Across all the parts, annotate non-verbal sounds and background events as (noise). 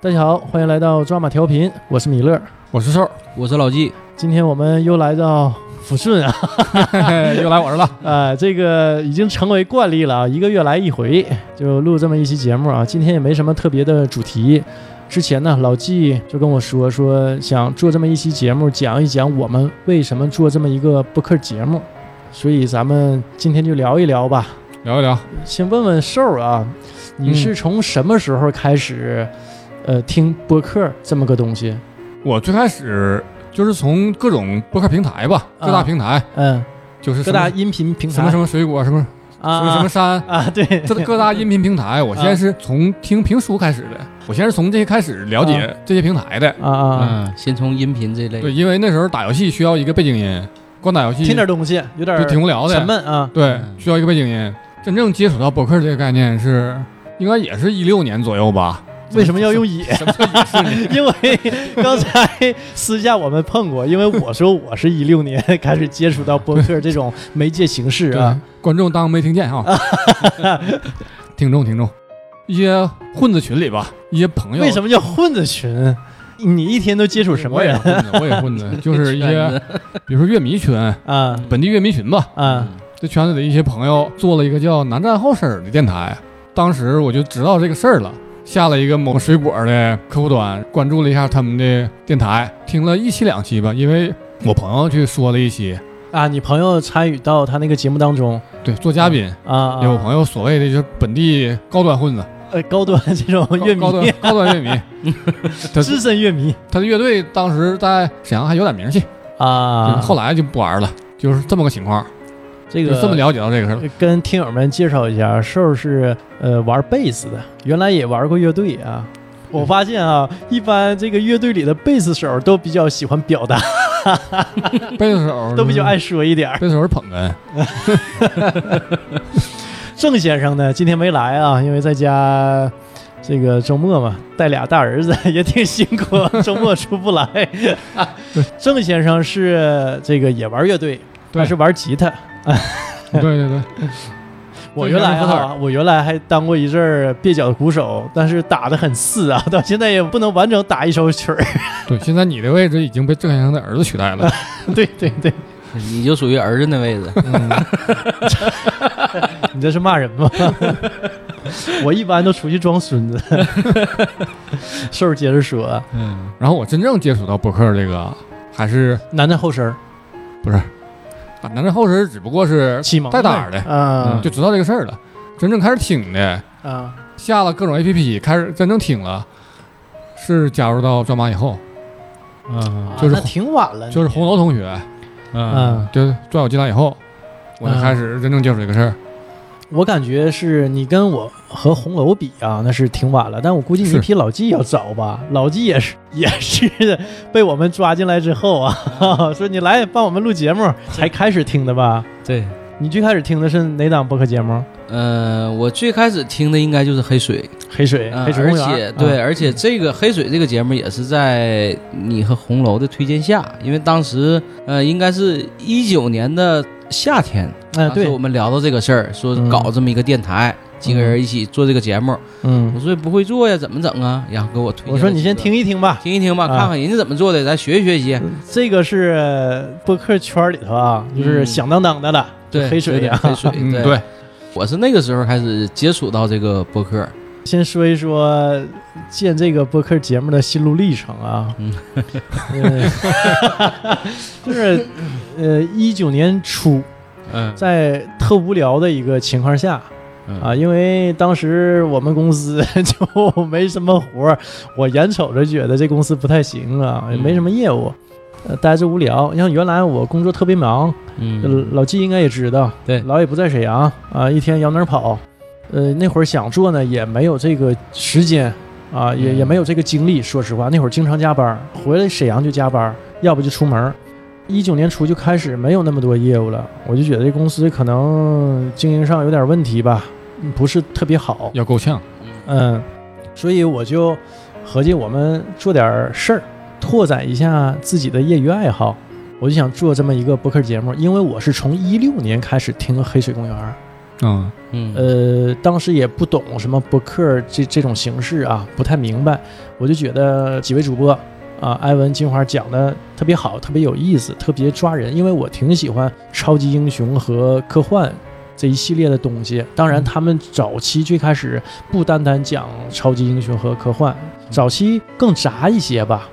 大家好，欢迎来到抓马调频，我是米勒。我是瘦，我是老 (laughs) 纪，今天我们又来到抚顺啊， (laughs) 又来我这了。呃，这个已经成为惯例了啊，一个月来一回，就录这么一期节目啊。今天也没什么特别的主题。之前呢，老纪就跟我说说想做这么一期节目，讲一讲我们为什么做这么一个播客节目，所以咱们今天就聊一聊吧。聊一聊，先问问瘦儿啊，你嗯是从什么时候开始，呃，听播客这么个东西？我最开始就是从各种播客平台吧，啊各大平台嗯， (laughs) 就是各什大么音频平台什么什么水果，什么什么啊什么山，啊， (laughs) 对，这各大音频 (laughs) 平台，我先是从听评书开始的，我先是从这些开始了解这些平台的。啊啊，嗯，先从音频这类，对，因为那时候打游戏需要一个背景音，光打游戏听点东西，有点就挺无聊沉的。闷啊，对，嗯需要一个背景音。真正接触到博客这个概念是，应该也是一六年左右吧。为什么要用野？什么叫也是你？因为刚才私下我们碰过，因为我说我是一六年开始接触到播客这种媒介形式啊，对，观众当没听 (laughs) 见啊，听众听众，一些混子群里吧，一些朋友，为什么叫混子群？你一天都接触什么啊人我也混子，我也 (laughs) 混子，就是一圈些，子比如说乐迷群，啊本地乐迷群吧，嗯啊这圈子里一些朋友做了一个叫“南站后事儿”的电台，当时我就知道这个事儿了。下了一个某水果的客户端，关注了一下他们的电台，听了一期两期吧，因为我朋友去说了一期，啊！你朋友参与到他那个节目当中对，做嘉宾，啊，有朋友所谓的就是本地高端混子，呃高端这种 (laughs) 乐高迷端，高端乐迷，他资深乐迷他的乐队当时在沈阳还有点名气，啊，嗯后来就不玩了，就是这么个情况，这就个这么了解到这 (laughs) 个事儿了。跟听友们介绍一下，瘦是呃玩贝斯的，原来也玩过乐队啊。我发现啊，一般这个乐队里的贝斯手都比较喜欢表达，贝斯手嗯都比较爱，说一点儿。贝斯手是捧 (laughs) 哏，郑先生呢，今天没来啊，因为在家这个周末嘛，带俩大儿子也挺辛苦， (laughs) 周末出不来。郑先生是这个也玩乐队，对他是玩吉他。对对对，我原来郑先生和啊，他我原来还当过一阵儿蹩脚的鼓手，但是打得很次啊，到现在也不能完整打一首曲儿。 (laughs) 对。现在你的位置已经被郑先生的儿子取代了，对对对，你就属于儿子那位置，嗯你这是骂人吗？ (laughs) 我一般都出去装孙子。 (laughs) 瘦儿接着说，啊嗯。然后我真正接触到博客这个，还是男的后生儿啊，南站后身只不过是启蒙带胆儿的，嗯啊就知道这个事儿了。真正开始听的，啊下了各种 APP，开始真正听了，是加入到专马以后，啊嗯就是那挺晚了，就是红楼同学，嗯，就是拽我进来以后，我就开始真正接触这个事儿。我感觉是你跟我和红楼比啊，那是挺晚了，但我估计你是比老纪要早吧。 (laughs) 老纪也是也是被我们抓进来之后啊， (laughs) 说你来帮我们录节目才开始听的吧？对，你最开始听的是哪档播客节目？呃，我最开始听的应该就是黑水，黑水，嗯黑水而公园。且啊对，，而且这个黑水这个节目也是在你和红楼的推荐下，因为当时呃，应该是一九年的夏天，哎当时我对，们聊到这个事儿，说嗯搞这么一个电台，几个人一起做这个节目，我嗯，说不会做呀，怎么整啊？然后给我推我荐了几个，说你先听一听吧。听一听吧，啊嗯看看人家怎么做的，咱学习学习。这个是播客圈里头啊，就是嗯响当当的了，对，黑水对的啊黑 (laughs) 水，嗯，对。对，我是那个时候开始接触到这个播客，先说一说建这个播客节目的心路历程啊， (laughs) 嗯嗯，就是呃一九年初，嗯在特无聊的一个情况下嗯啊，因为当时我们公司 (laughs) 就没什么活儿，我眼瞅着觉得这公司不太行啊，也没什么业务，呃，待着无聊。像原来我工作特别忙，嗯，呃老纪应该也知道，对老也不在沈阳啊，一天摇哪儿跑？呃，那会儿想做呢，也没有这个时间啊，也嗯也没有这个精力。说实话，那会儿经常加班儿，回来沈阳就加班儿，要不就出门儿。一九年初就开始没有那么多业务了，我就觉得这公司可能经营上有点问题吧，嗯不是特别好。要够呛，嗯，所以我就合计我们做点儿事儿，拓展一下自己的业余爱好。我就想做这么一个播客节目，因为我是从一六年开始听《黑水公园》，嗯嗯， (laughs) 呃，当时也不懂什么博客这这种形式啊，不太明白。我就觉得几位主播啊，艾文、金花讲的特别好，特别有意思，特别抓人。因为我挺喜欢超级英雄和科幻这一系列的东西。当然，他们早期最开始不单单讲超级英雄和科幻，早期更杂一些吧，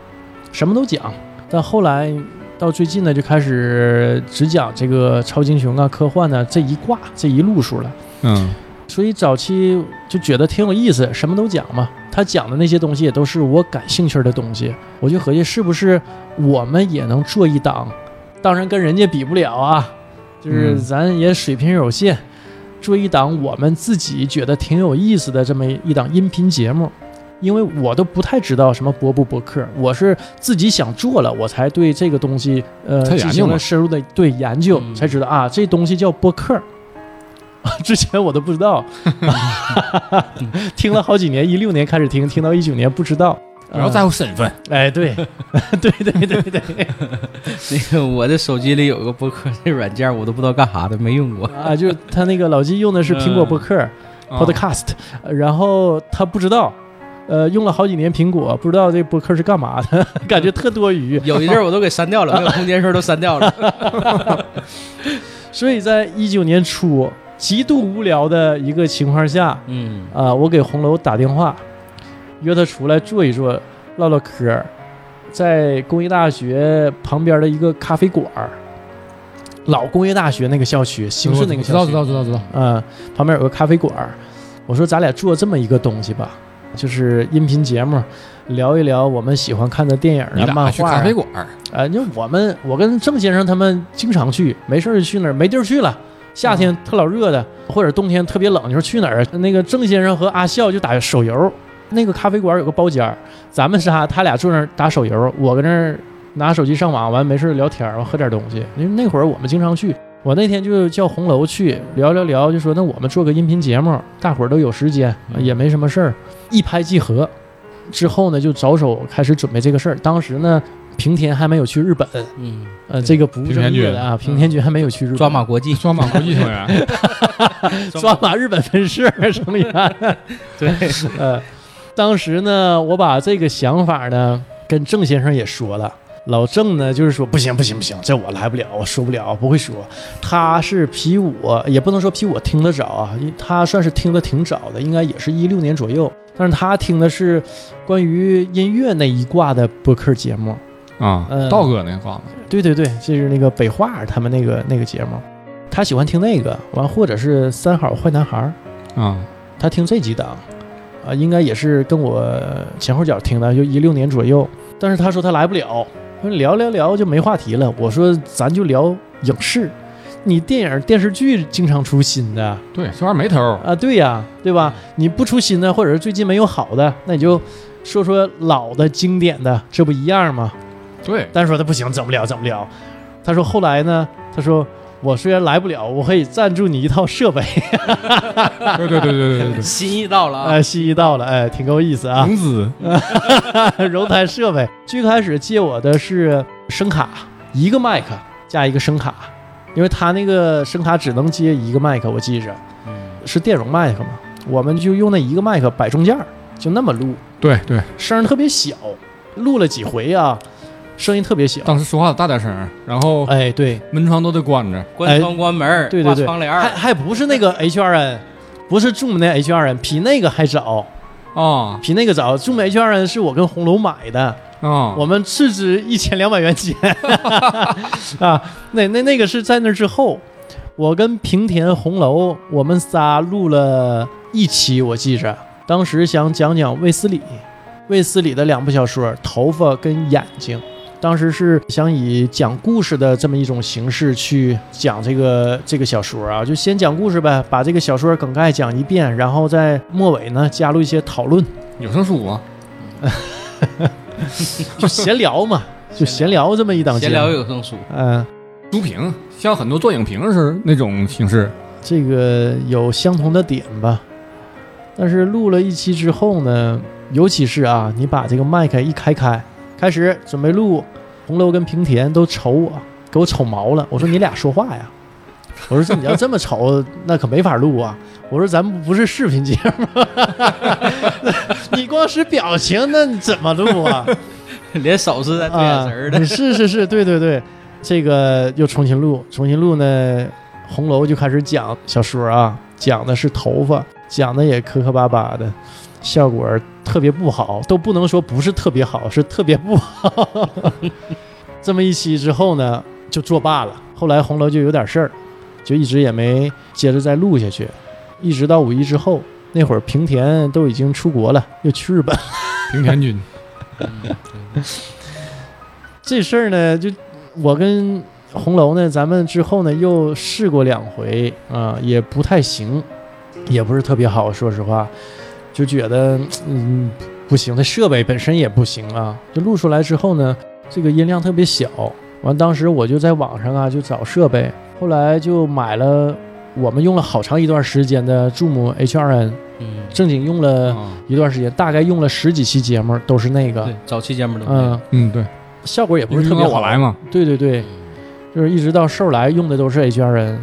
什么都讲。但后来到最近呢，就开始只讲这个超级英雄啊、科幻呢、这一挂这一路数了。嗯所以早期就觉得挺有意思，什么都讲嘛。他讲的那些东西也都是我感兴趣的东西，我就合计是不是我们也能做一档，当然跟人家比不了啊，就是嗯咱也水平有限，做一档我们自己觉得挺有意思的这么一档音频节目。因为我都不太知道什么播不播客，我是自己想做了，我才对这个东西呃才研究进行嘛了深入的对研究，嗯才知道啊，这东西叫播客。 (laughs) 之前我都不知道，听了好几年，一六年开始听，听到一九年不知道。不要在乎身份，呃哎，对，对对对对，那个我的手机里有个播客这软件，我都不知道干啥的，没 (laughs) 用过。啊，就是他那个老纪用的是苹果播客、啊 Podcast，然后他不知道，呃，用了好几年苹果，不知道这播客是干嘛的， (laughs) 感觉特多余。有一阵儿我都给删 (laughs) 掉了，那个空间声儿都删掉了。所以在一九年初，极度无聊的一个情况下，嗯啊、我给红楼打电话，约他出来坐一坐，唠唠嗑儿，在工业大学旁边的一个咖啡馆儿，老工业大学那个校区，兴顺那个知校道区知，道知道知道，嗯，旁边有个咖啡馆儿，我说咱俩做这么一个东西吧，就是音频节目，聊一聊我们喜欢看的电影你啊、俩漫还去画啊咖啡馆儿？啊，因为我们我跟郑先生他们经常去，没事儿就去那儿，没地儿去了。夏天特老热的，或者冬天特别冷，你说去哪儿？啊那个郑先生和阿笑就打手游，那个咖啡馆有个包间儿，咱们仨他俩坐那儿打手游，我跟那儿拿手机上网，完没事儿聊天儿，完喝点东西。因为那会儿我们经常去，我那天就叫红楼去聊聊聊，就说那我们做个音频节目，大伙儿都有时间，也没什么事儿，一拍即合。之后呢，就着手开始准备这个事儿。当时呢，平田还没有去日本，嗯，呃，这个不务正业的啊，平平田君嗯田君还没有去日本，抓马 (laughs) 国际，双马国际成员，抓马日本分社成立啊， (laughs) 对， (laughs) 呃，当时呢，我把这个想法呢跟郑先生也说了。老郑呢，就是说不行不行不行，这我来不了，我说不了，不会说。他是比我也不能说比我听得早啊，因他算是听得挺早的，应该也是一六年左右。但是他听的是关于音乐那一挂的播客节目，啊嗯，道哥那话嘛，对对对，就是那个北画儿他们那个那个节目，他喜欢听那个，完或者是三好坏男孩儿，啊，他听这几档，啊、应该也是跟我前后脚听的，就一六年左右。但是他说他来不了，说聊聊聊就没话题了。我说咱就聊影视，你电影电视剧经常出新的对，这玩意儿没头儿，啊，对呀，对吧？你不出新的，或者是最近没有好的，那你就说说老的经典的，这不一样吗？对，但是说他不行，整不了，整不了。他说后来呢，他说我虽然来不了，我可以赞助你一套设备。对对对对对对 (laughs) 对，心意到了 (laughs) 啊哎，！西医到了，哎，挺够意思啊。融资，嗯 (laughs) 柔台设备最开始借我的是声卡，一个麦克加一个声卡，因为他那个声卡只能接一个麦克，我记着嗯是电容麦克嘛，我们就用那一个麦克摆中间儿，就那么录，对对，声儿特别小，录了几回啊，声音特别小。当时说话大点声儿，然哦后哎，对，门窗都得关着，关窗关门儿，哎对对对挂窗帘还儿，还不是那个 HRN，不是 Zoom 那 HRN，比那个还早，啊比那个早。Zoom HRN 是我跟红楼买的，啊，我们斥资一千两百元钱 (laughs) 啊。那那那个是在那之后，我跟平田红楼，我们仨录了一期，我记着，当时想讲讲卫斯理，卫斯理的两部小说《头发》跟《眼睛》。当时是想以讲故事的这么一种形式去讲这个这个小说啊，就先讲故事呗，把这个小说梗概讲一遍，然后在末尾呢加入一些讨论，有声书啊，就闲聊嘛，就闲闲聊这么一档节闲目。聊有声书，嗯、书评，像很多做影评是那种形式，这个有相同的点吧。但是录了一期之后呢，尤其是啊，你把这个麦克一开开，开始准备录，红楼跟平田都瞅我，给我瞅毛了。我说你俩说话呀，我说这你要这么瞅，那可没法录啊。我说咱不是视频节目， (laughs) 你光使表情，那你怎么录啊？ (laughs) 连手势带对眼啊神儿的，是是是，对对对，这个又重新录，重新录呢，红楼就开始讲小说啊，讲的是头发，讲的也磕磕巴巴的，效果特别不好，都不能说不是特别好，是特别不好。 (laughs) 这么一期之后呢，就作罢了。后来红楼就有点事儿，就一直也没接着再录下去，一直到五一之后。那会儿平田都已经出国了，又去日本了，平田君，这事儿呢，就我跟红楼呢，咱们之后呢又试过两回啊、也不太行，也不是特别好，说实话，就觉得嗯不行，那设备本身也不行啊，就录出来之后呢，这个音量特别小。完，当时我就在网上啊就找设备，后来就买了，我们用了好长一段时间的 Zoom H2N，嗯，正经用了啊一段时间，大概用了十几期节目都是那个对，，早期节目都嗯，嗯，对，效果也不是特因别为好。我来嘛，对对对，就是一直到兽来用的都是 HRN，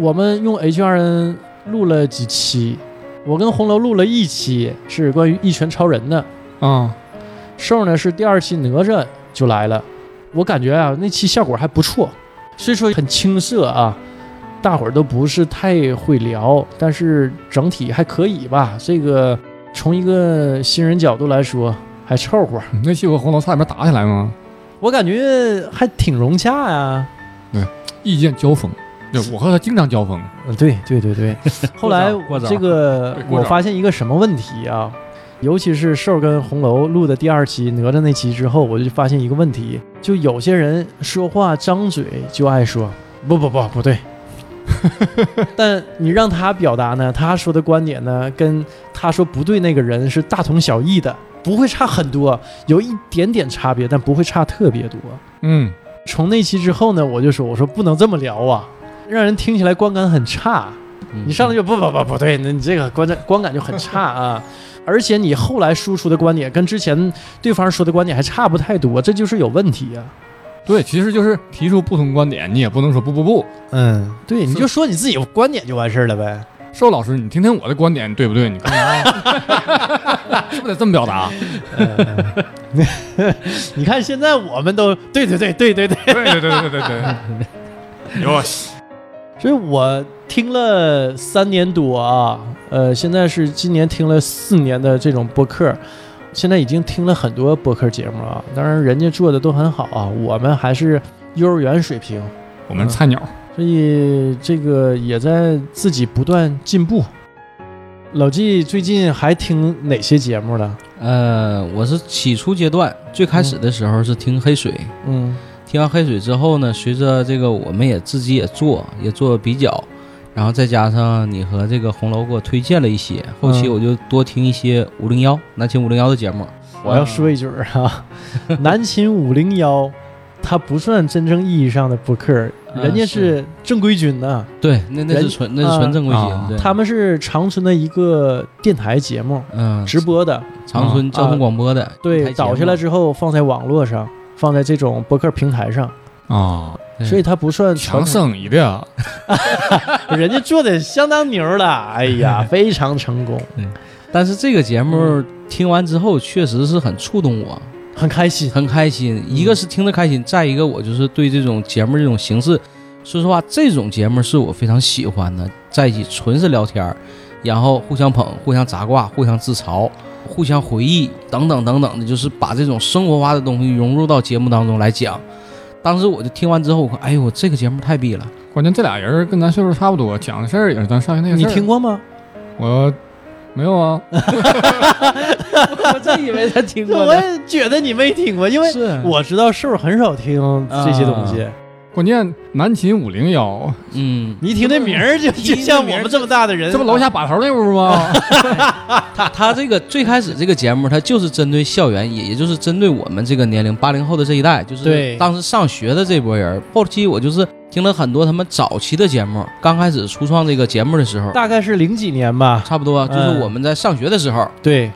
我们用 HRN 录了几期，我跟红楼录了一期是关于一拳超人的，啊，兽呢是第二期哪吒就来了，我感觉啊那期效果还不错，虽说很青涩啊，大伙儿都不是太会聊，但是整体还可以吧。这个从一个新人角度来说还凑合，嗯那期我和红楼差点打起来嘛，我感觉还挺融洽呀、意见交锋，对我和他经常交锋，嗯，对对对 (laughs) 对。后来过早这个对过我早发现一个什么问题啊？尤其是瘦跟红楼录的第二期哪吒那期之后，我就发现一个问题，就有些人说话张嘴就爱说不不不不对， (laughs) 但你让他表达呢，他说的观点呢，跟他说不对那个人是大同小异的，不会差很多，有一点点差别，但不会差特别多。嗯，从那期之后呢，我就说我说不能这么聊啊，让人听起来观感很差。你上来就不不不不对，那你这个观感观感就很差啊。 (laughs) 而且你后来输出的观点跟之前对方说的观点还差不太多，这就是有问题啊。对，其实就是提出不同观点，你也不能说不不不，嗯，对，你是就说你自己观点就完事儿了呗。寿老师，你听听我的观点对不对？你看看，是不是得这么表达？嗯 (laughs) 你看现在我们都对对对对对对，对对对对对对， (laughs) 有戏，所以我听了三年多啊，呃，现在是今年听了四年的这种播客，现在已经听了很多播客节目啊。当然，人家做的都很好啊，我们还是幼儿园水平。我们是菜鸟，所以这个也在自己不断进步。老纪最近还听哪些节目了？呃，我是起初阶段最开始的时候是听黑水，嗯听完黑水之后呢，随着这个我们也自己也做也做比较，然后再加上你和这个红楼给我推荐了一些，后期嗯我就多听一些五零幺南青五零幺的节目。我要说一句儿啊， (laughs) 南秦五零幺，它不算真正意义上的播客，啊人家是正规军呢、对，那那是纯那是纯正规节啊目，对他们是长春的一个电台节目嗯直播啊的，长春交通广播的对，倒下来之之后放在网络上，放在这种播客平台上，啊，所以它不算传强统生意的啊， (laughs) 人家做的相当牛了，哎 (laughs) 呀，非常成功，但是这个节目嗯听完之后，确实是很触动我，很开心。很开心。嗯一个是听着开心，再一个我就是对这种节目这种形式，说实话，这种节目是我非常喜欢的，在一起纯是聊天儿，然后互相捧、互相砸挂、互相自嘲、互相回忆等等等等的，就是把这种生活化的东西融入到节目当中来讲。当时我就听完之后，我说：“哎呦，这个节目太 (laughs) 逼了！关键这俩人跟咱岁数差不多，讲的事儿也是咱上学那个你事儿。听过吗？我没有啊？我真以为他听我也觉得你没听过，因为嗯啊是我知道瘦很少听这些东西。关键南秦五零幺，嗯，你一听这名儿就提就这像名我儿们这么大的人，啊这不楼下把头那屋吗？他他这个最开始这个节目，他就是针对校园，也也就是针对我们这个年龄八零后的这一代，就是对当时上学的这波人。后期我就是听了很多他们早期的节目，刚开始初创这个节目的时候，啊大概是零几年吧？差不多就是我们在上学的时候，对，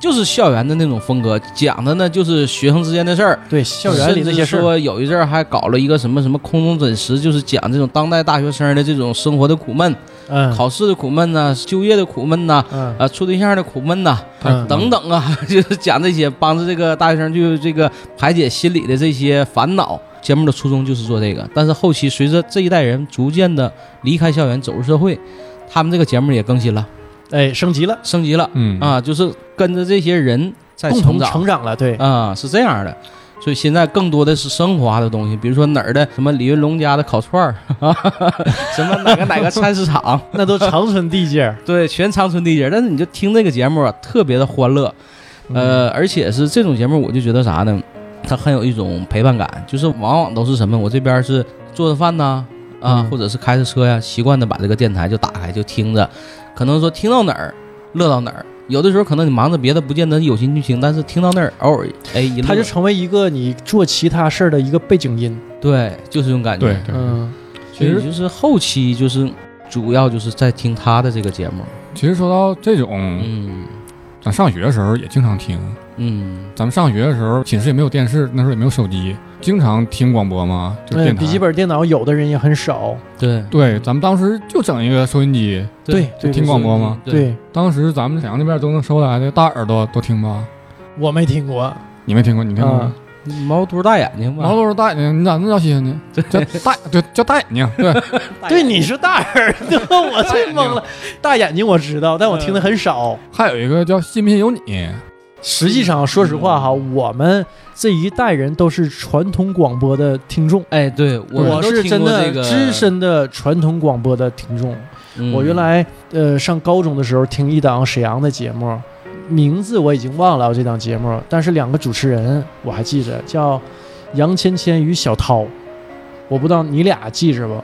就是校园的那种风格，讲的呢就是学生之间的事儿，对校园里那些事甚至儿，说有一阵儿还搞了一个什么什么空中准时，就是讲这种当代大学生的这种生活的苦闷，嗯，考试的苦闷呐、就业的苦闷呐、嗯，啊，处对象的苦闷呐、太嗯 (laughs) 等等啊，就是讲这些，帮着这个大学生去这个排解心里的这些烦恼。节目的初衷就是做这个，但是后期随着这一代人逐渐的离开校园走入社会，他们这个节目也更新了，哎，升级了，升级了嗯，啊，就是跟着这些人在共成同长成长了，对，啊，是这样的。所以现在更多的是生活化的东西，比如说哪儿的什么李云龙家的烤串儿， (laughs) 什么哪个哪个菜市场， (laughs) 那都长存地界儿。对，全长春地界儿。但是你就听这个节目啊，特别的欢乐， (laughs) 呃，而且是这种节目，我就觉得啥呢？它很有一种陪伴感，就是往往都是什么，我这边是做着饭呐、啊，嗯或者是开着车呀、习惯的把这个电台就打开就听着，可能说听到哪儿乐到哪儿。有的时候可能你忙着别的，不见得有心去听，但是听到那儿偶尔哎一嗯，乐，它就成为一个你做其他事儿的一个背景音。对，就是这种感觉。对，对。嗯，所其以实就是后期就是主要就是在听他的这个节目，其实说到这种，嗯咱上学的时候也经常听。嗯，咱们上学的时候，寝室也没有电视，那时候也没有手机，经常听广播嘛，就是对，电哎台。笔记本电脑有的人也很少。对对，咱们当时就整一个收音机，对对听广播吗？对，对，当时咱们沈阳那边都能收来的，大耳朵都听吧？我没听过。你没听过？你听过啊吗？毛肚大眼睛吧，然后都是大眼睛，你咋那么叫新呢？叫大对叫大眼睛， (laughs) 对，对，你是大耳朵，我最懵 (laughs) 了。大眼睛我知道，但我听的很少。嗯还有一个叫信不信由你，实际上，说实话哈，嗯我们这一代人都是传统广播的听众。哎，对我我们都是听真过的这个资，深的传统广播的听众。嗯我原来呃上高中的时候听一档沈阳的节目，名字我已经忘了这档节目，但是两个主持人我还记着，叫杨芊芊与小涛，我不知道你俩记着不？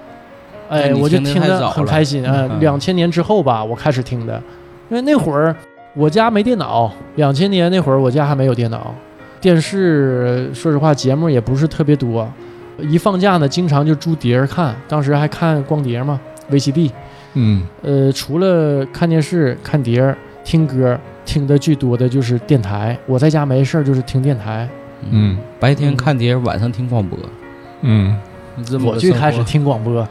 哎，那你我就听得听太得早很了开心。呃，嗯两千年之后吧，我开始听的，因为那会儿我家没电脑，两千年那会儿我家还没有电脑，电视说实话节目也不是特别多，一放假呢经常就租碟儿看，当时还看光碟嘛，VCD。嗯，呃，除了看电视、看碟儿、听歌儿，听的最多的就是电台。我在家没事儿就是听电台，嗯白天看碟，晚上听广播，嗯，你这么我个最生活开始听广播。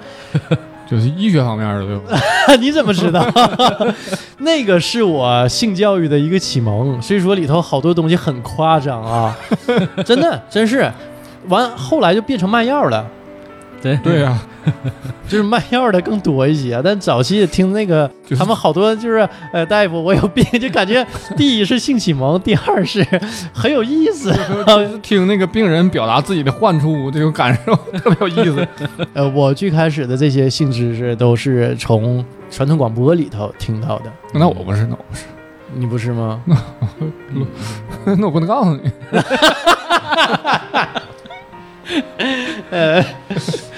就是医学方面的，对吧？ (laughs) 你怎么知道？ (laughs) 那个是我性教育的一个启蒙，所以说里头好多东西很夸张 (laughs) 啊，真的，真是。完后来就变成卖药了，对对啊呀、就是卖药的更多一些。啊但早期也听那个，就是他们好多就是呃，大夫我有病，就感觉第一是性启蒙，第二是很有意思。 (laughs) 就是听那个病人表达自己的患处，这种感受 (laughs) 特别有意思。呃，我最开始的这些性知识都是从传统广播里头听到的，那我不是，那我不是，你不是 (laughs) 吗？ (laughs) 那我不能告诉你。呃，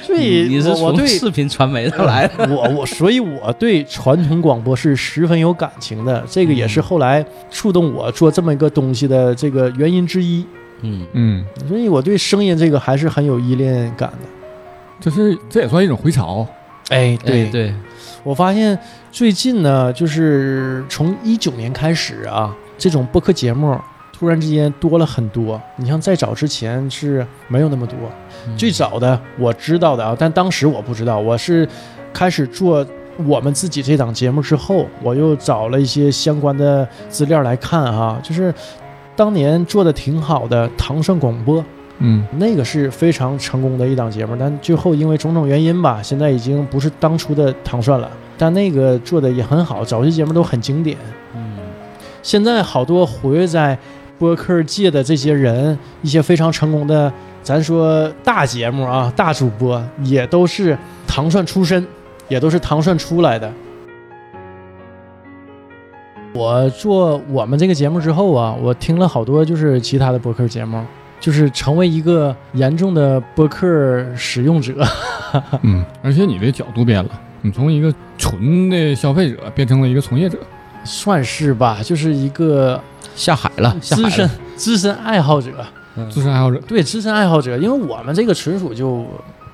所以你你是我我从对视频传媒上 (laughs) 来的，我我所以我对传统广播是十分有感情的，这个嗯也是后来触动我做这么一个东西的这个原因之一。嗯，嗯，所以我对声音这个还是很有依恋感的。就是这也算一种回潮。哎，哎对，我发现最近呢，就是从一九年开始啊，这种播客节目突然之间多了很多。你像再早之前是没有那么多，嗯最早的我知道的啊，但当时我不知道，我是开始做我们自己这档节目之后，我又找了一些相关的资料来看哈、就是当年做的挺好的唐盛广播，嗯那个是非常成功的一档节目，但最后因为种种原因吧，现在已经不是当初的糖蒜了。但那个做的也很好，早期节目都很经典。嗯，现在好多活跃在播客界的这些人，一些非常成功的，咱说大节目啊，大主播也都是糖蒜出身，也都是糖蒜出来的。我做我们这个节目之后啊，我听了好多就是其他的播客节目，就是成为一个严重的播客使用者。嗯，而且你的角度变了，你从一个纯的消费者变成了一个从业者。算是吧，就是一个下海了，下海资了嗯深资深爱好者，资深爱好者。对资深爱好者，因为我们这个纯属就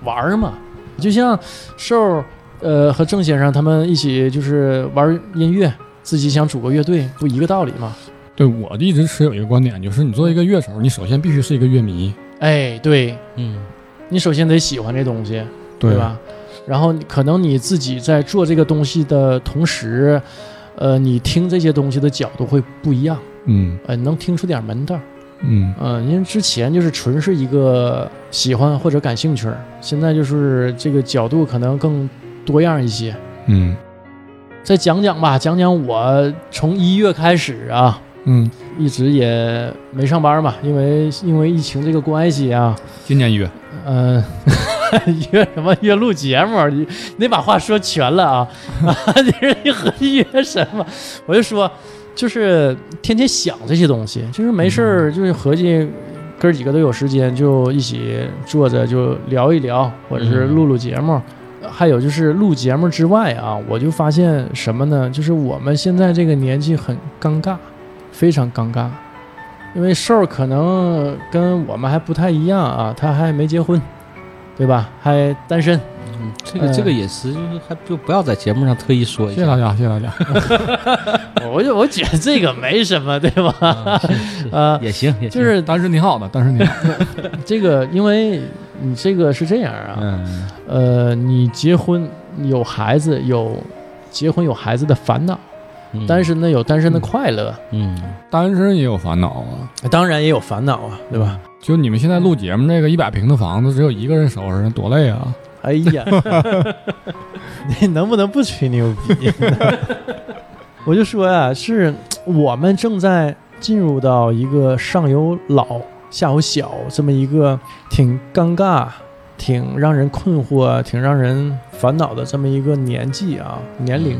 玩儿嘛，就像瘦儿呃和郑先生他们一起就是玩儿音乐，自己想组个乐队，不一个道理嘛。对我一直持有一个观点，就是你作为一个乐手，你首先必须是一个乐迷，哎，对嗯，你首先得喜欢这东西，对？吧？然后你可能你自己在做这个东西的同时，呃，你听这些东西的角度会不一样，嗯呃，能听出点门道。嗯嗯、因为之前就是纯是一个喜欢或者感兴趣儿，现在就是这个角度可能更多样一些。嗯再讲讲吧，讲讲我从一月开始啊，嗯，一直也没上班嘛，因为因为疫情这个关系啊，今年一月，嗯、 (laughs) 约什么约录节目，你你得把话说全了啊！ (laughs) 啊，你说你合计约什么？我就说，就是天天想这些东西，就是没事儿，就是合计哥几个都有时间，就一起坐着就聊一聊，或者是录录节目。还有就是录节目之外啊，我就发现什么呢？就是我们现在这个年纪很尴尬，非常尴尬。因为瘦儿可能跟我们还不太一样啊，他还没结婚，对吧？还单身，嗯这个这哎个也是，就是还就不要在节目上特意说一谢下谢。大家，谢谢大家。 (laughs) (laughs) 我就我觉得这个没什么，对吧？ (laughs) 啊，嗯也行，也行就是单身挺好的，单身挺好。这个，因为你这个是这样啊，嗯呃，你结婚有孩子有结婚有孩子的烦恼，嗯单身呢有单身的快乐，啊嗯， (laughs) 单身也有烦恼啊，嗯当然也有烦恼啊，对吧？就你们现在录节目，这个一百平的房子只有一个人收拾，多累啊！哎 (laughs) 呀，你能不能不吹牛逼？ (laughs) 我就说呀、是我们正在进入到一个上有老下有小这么一个挺尴尬、挺让人困惑、挺让人烦恼的这么一个年纪啊年龄。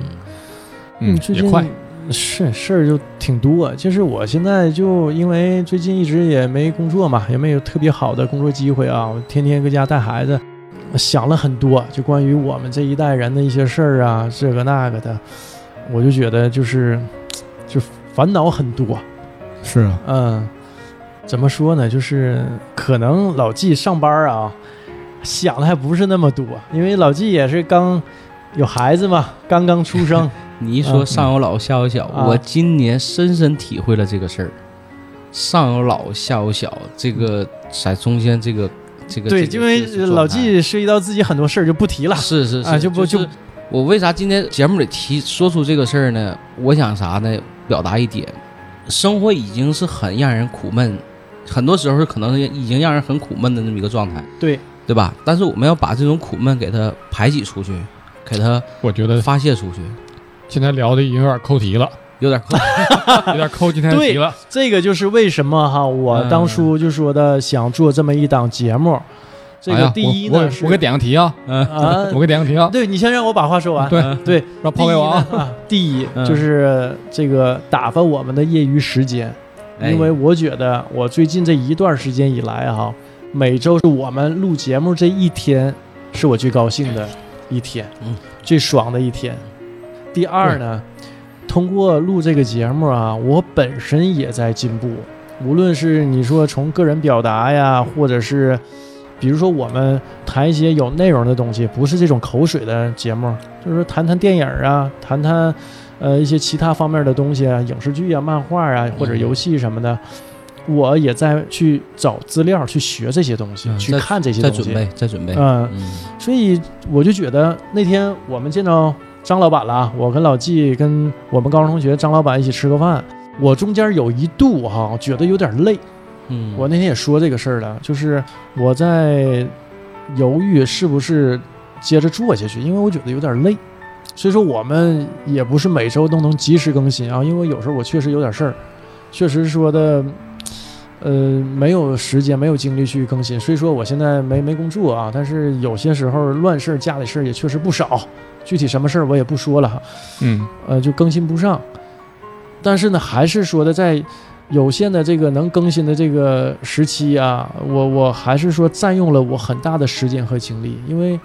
嗯，最也近快，是事儿就挺多，就是我现在就因为最近一直也没工作嘛，也没有特别好的工作机会啊，我天天搁家带孩子，想了很多，就关于我们这一代人的一些事儿啊，这个那个的，我就觉得就是就烦恼很多，是啊，嗯，怎么说呢？就是可能老纪上班啊，想的还不是那么多，因为老纪也是刚有孩子嘛，刚刚出生，你一说嗯上有老下有小，啊我今年深深体会了这个事儿。上有老下有小，这个在中间这个这个嗯对，这因个为这个老状态纪涉及到自己很多事儿就不提了。是是是，啊就不是就我为啥今天节目里提说出这个事儿呢？我想啥呢？表达一点，生活已经是很让人苦闷，很多时候是可能已经让人很苦闷的那么一个状态，对，对吧？但是我们要把这种苦闷给它排挤出去，给它我觉得发泄出去，现在聊的已经有点扣题了， (laughs) 有点困。有点扣今天的对题了。这个就是为什么哈，我嗯当初就说的想做这么一档节目。这哎个呀第一我呢我是我给点个题啊，嗯啊，我给点个题啊，对你先让我把话说完。对，对，让抛给我啊。第一呢啊！第 (laughs) 一嗯就是这个打发我们的业余时间，哎因为我觉得我最近这一段时间以来哈，每周是我们录节目这一天是我最高兴的一天嗯，最爽的一天。第二呢，通过录这个节目啊，我本身也在进步，无论是你说从个人表达呀，或者是。比如说，我们谈一些有内容的东西，不是这种口水的节目，就是说谈谈电影啊，谈谈呃一些其他方面的东西啊，影视剧啊、漫画啊，或者游戏什么的。嗯我也在去找资料，去学这些东西，嗯去在看这些再东准西。备，再准备。嗯，嗯所以我就觉得那天我们见到张老板了啊，我跟老纪跟我们高中同学张老板一起吃个饭，我中间有一度哈、觉得有点累。嗯，我那天也说这个事儿了，就是我在犹豫是不是接着做下去，因为我觉得有点累。所以说我们也不是每周都能及时更新啊，因为有时候我确实有点事儿，确实说的，呃，没有时间没有精力去更新。所以说我现在没没工作啊，但是有些时候乱事儿家里事儿也确实不少，具体什么事儿我也不说了哈。嗯，呃，就更新不上。但是呢，还是说的在有限的这个能更新的这个时期啊，我我还是说占用了我很大的时间和精力，因为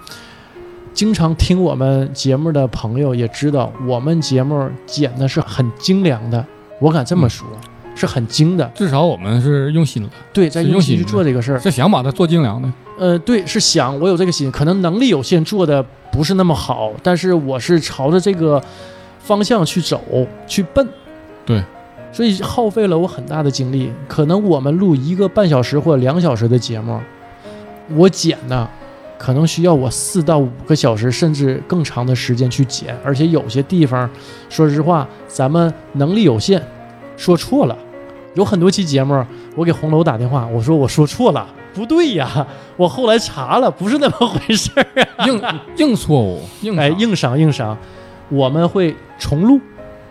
经常听我们节目的朋友也知道，我们节目剪的是很精良的，我敢这么说，是很精的。至少我们是用心了，对，在是用用心去心的做这个事儿，是想把它做精 (laughs) 良的。呃，对，是想我有这个心，可能能力有限，做的不是那么好，但是我是朝着这个方向去走，去奔。对，所以耗费了我很大的精力。可能我们录一个半小时或两小时的节目，我剪呢，可能需要我四到五个小时甚至更长的时间去剪，而且有些地方，说实话，咱们能力有限，说错了。有很多期节目，我给红楼打电话，我说我说错了，不对呀，我后来查了，不是那么回事儿。硬硬错误，硬哎，啥硬赏硬赏，我们会重录。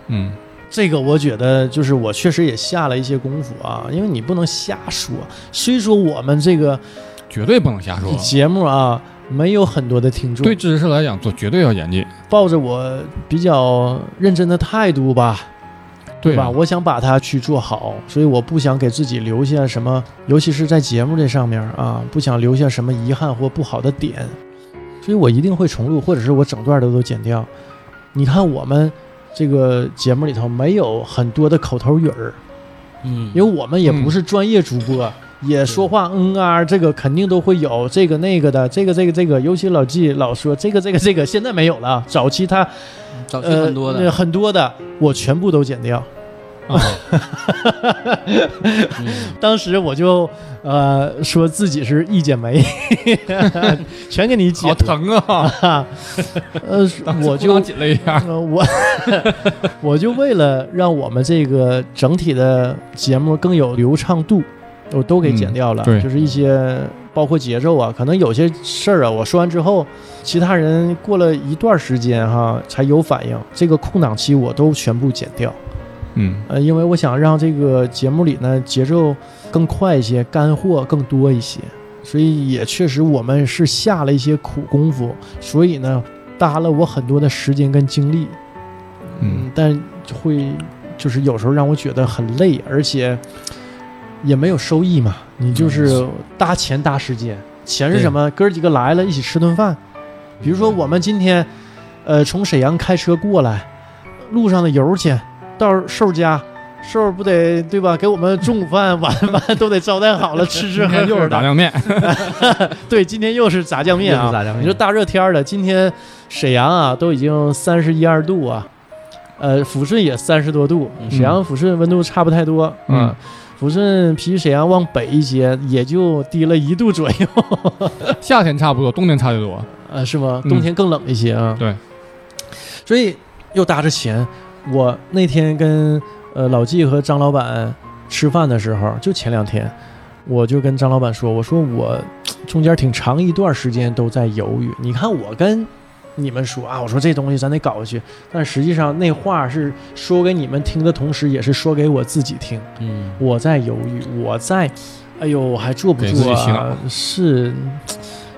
嗯，这个我觉得就是我确实也下了一些功夫啊，因为你不能瞎说。虽说我们这个绝对不能瞎说。节目啊没有很多的听众，对知识来讲，做绝对要严谨，抱着我比较认真的态度吧，对吧？啊我想把它去做好，所以我不想给自己留下什么，尤其是在节目这上面啊，不想留下什么遗憾或不好的点，所以我一定会重录，或者是我整段的都剪掉。你看我们这个节目里头没有很多的口头语儿，嗯，因为我们也不是专业主播，也说话嗯啊，这个肯定都会有这个那个的，这个这个这个，尤其老纪老说这个这个这个，现在没有了，早期他早期很多呃那的，很多的，我全部都剪掉。嗯当时我就呃说自己是一剪梅， (laughs) 全给你剪了。好疼啊！呃， (laughs) 我裤就裆紧了一下，呃我 (laughs) 我就为了让我们这个整体的节目更有流畅度，我都给剪掉了。嗯对就是一些包括节奏啊，可能有些事儿啊，我说完之后，其他人过了一段时间哈才有反应，这个空档期我都全部剪掉。嗯，呃，因为我想让这个节目里呢节奏更快一些，干货更多一些，所以也确实我们是下了一些苦功夫，所以呢搭了我很多的时间跟精力，嗯，但会就是有时候让我觉得很累，而且也没有收益嘛，你就是搭钱搭时间，钱是什么？哥儿几个来了一起吃顿饭，比如说我们今天，呃，从沈阳开车过来，路上的油钱到瘦家，瘦不得对吧？给我们中午饭、晚饭都得招待好了，吃吃今喝天 (laughs) 又喝是炸的。酱面，对，今天又是炸酱 (laughs) 面啊！咋的？你说大热天儿的，今天沈阳啊都已经三十一二度啊，呃，抚顺也三十多度，嗯沈阳、抚顺温度差不太多，嗯啊，抚顺比沈阳往北一些，也就低了一度左右，夏天差不多，冬天差得多。呃，是吗？嗯冬天更冷一些啊。对，所以又搭着钱，我那天跟呃老纪和张老板吃饭的时候，就前两天，我就跟张老板说，我说我中间挺长一段时间都在犹豫，你看我跟。你们说啊，我说这东西咱得搞下去，但实际上那话是说给你们听的同时，也是说给我自己听。嗯，我在犹豫，我在，哎呦，我还做不给自做己洗啊脑？是，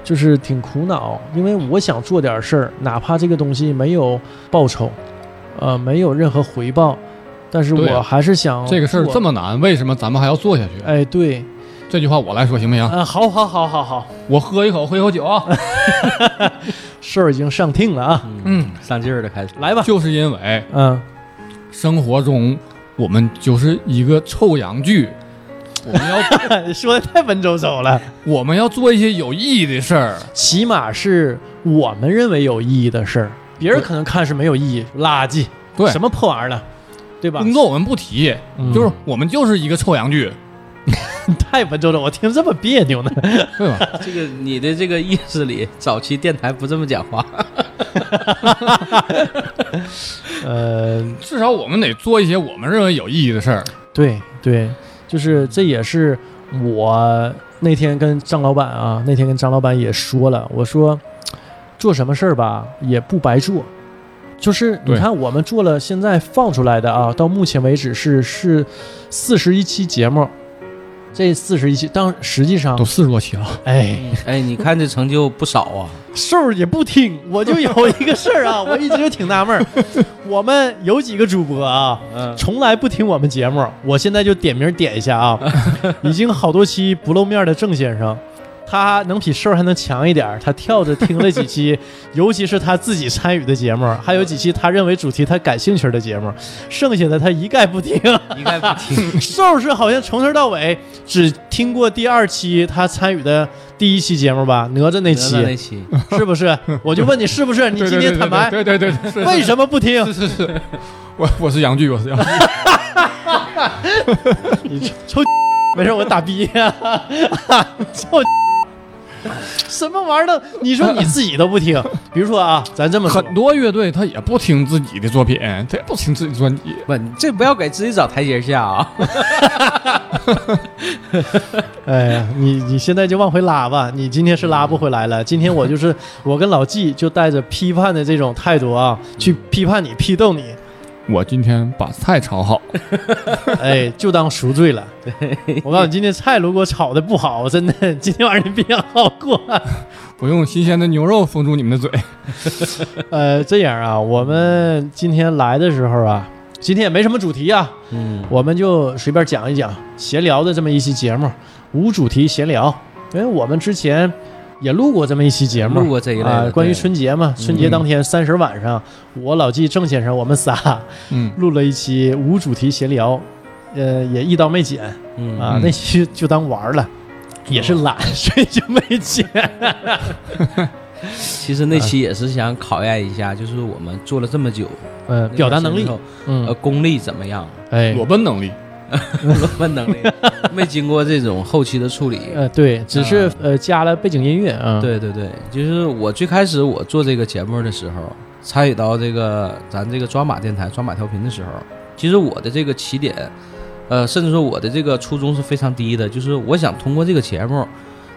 就是挺苦恼，因为我想做点事儿，哪怕这个东西没有报酬，呃，没有任何回报，但是对啊我还是想这个事儿做这，么难，为什么咱们还要做下去？哎，对，这句话我来说行不行？啊，哎好好好好好，我喝一口，喝一口酒啊。事儿已经上听了啊，嗯，嗯，上劲儿了，开始，来吧， (laughs) 就是因为嗯，生活中我们就是一个臭洋剧，我们 (laughs) 要哎说的太文绉绉了，我们要做一些有意义的事儿。起码是我们认为有意义的事儿，别人对可能看是没有意义，垃圾，对，什么破玩意儿了，对吧？工作我们不提，嗯就是我们就是一个臭洋剧，太文绉绉，我听这么别扭呢。对吧？这个你的这个意识里，早期电台不这么讲话， (laughs) 呃，至少我们得做一些我们认为有意义的事儿。对对，就是这也是我那天跟张老板啊，那天跟张老板也说了，我说做什么事儿吧也不白做，就是你对看我们做了现在放出来的啊，到目前为止是是四十一期节目，这四十一期，当实际上都四十多期了，哎。 (laughs) 哎，你看这成就不少啊，瘦儿也不听，我就有一个事儿啊，我一直挺纳闷儿，我们有几个主播啊，嗯，从来不听我们节目，我现在就点名点一下啊，已经好多期不露面的郑先生，他能比瘦儿还能强一点儿，他跳着听了几期，尤其是他自己参与的节目，还有几期他认为主题他感兴趣的节目，剩下的他一概不听。应该不 (laughs) 听，瘦儿是好像从头到尾只听过第二期他参与的第一期节目吧，哪 (laughs) 吒那期嗯那期，是不 (laughs) 是？我就问你是不是？你今天坦白，对对对对，对为什么不听？ (laughs) 是是是，我我是洋剧，我是洋剧，你 (laughs) 臭没事，我打逼 (laughs) 呀、臭什么玩意儿都？你说你自己都不听，比如说啊，咱这么说很，多乐队他也不听自己的作品，他也不听自己专辑。不，你这不要给自己找台阶 (laughs) 下啊！哎呀，你你现在就往回拉吧，你今天是拉不回来了。今天我就是我跟老纪就带着批判的这种态度啊，嗯去批判你、批斗 (laughs) 你，我今天把菜 (laughs) 炒好，哎，就当赎罪了。我告诉你，今天菜如果炒的不好，真的今天晚上你别想好过。我用新鲜的牛肉封住你们的嘴。呃，这样啊，我们今天来的时候啊，今天也没什么主题啊，嗯，我们就随便讲一讲闲聊的这么一期节目，无主题闲聊。因为我们之前也录过这么一期节目，录过这一类的啊对关于春节嘛，春节嗯当天三十晚上，我老纪郑先生，我们仨 (laughs) 嗯，录了一期无主题闲聊，呃，也一刀没剪嗯哦啊，嗯那期就当玩儿了。也是懒， (laughs) 所以就没剪。其实那啊期也是想考验一下，就是我们做了这么久，嗯、表达能力，呃，嗯，功力怎 (laughs) 么样？哎，裸奔能力，论文能力没经过这种后期的处 (laughs) 理。呃，对，只是、呃加了背景音乐啊。，啊对对对，就是我最开始我做这个节目的时候，参与到这个咱这个抓马电台抓马调频的时候，其实我的这个起点，呃，甚至说我的这个初衷是非常低的，就是我想通过这个节目，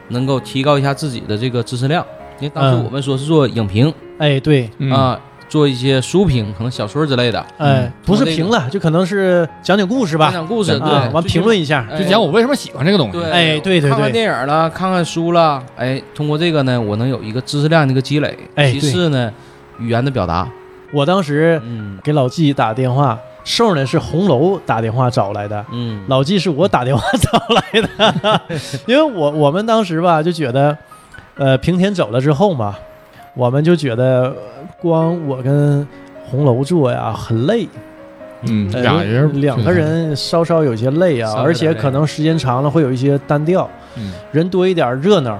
能够提高一下自己的这个知识量。因为当时嗯我们说是做影评啊、哎，对，嗯，做一些书评，可能小说之类的，哎，不是嗯从这个评了，就可能是讲讲故事吧讲，讲故事，对，啊，完就是评论一下，哎就讲我为什么喜欢这个东西。对，哎对对看看对电影了，看看书了，哎，通过这个呢，我能有一个知识量的一个积累。哎其对次呢，语言的表达，我当时 (laughs) 嗯给老纪打电话，瘦呢是红楼打电话找来的，嗯，老纪是我打电话 (laughs) 找来的， (laughs) 因为我我们当时吧就觉得，呃，平田走了之后嘛，我们就觉得呃光我跟红楼做呀很累，嗯，呃俩人两个，人稍稍有些累啊稍，微有而点且可能时间长了会有一些单调，嗯，人多一点热闹。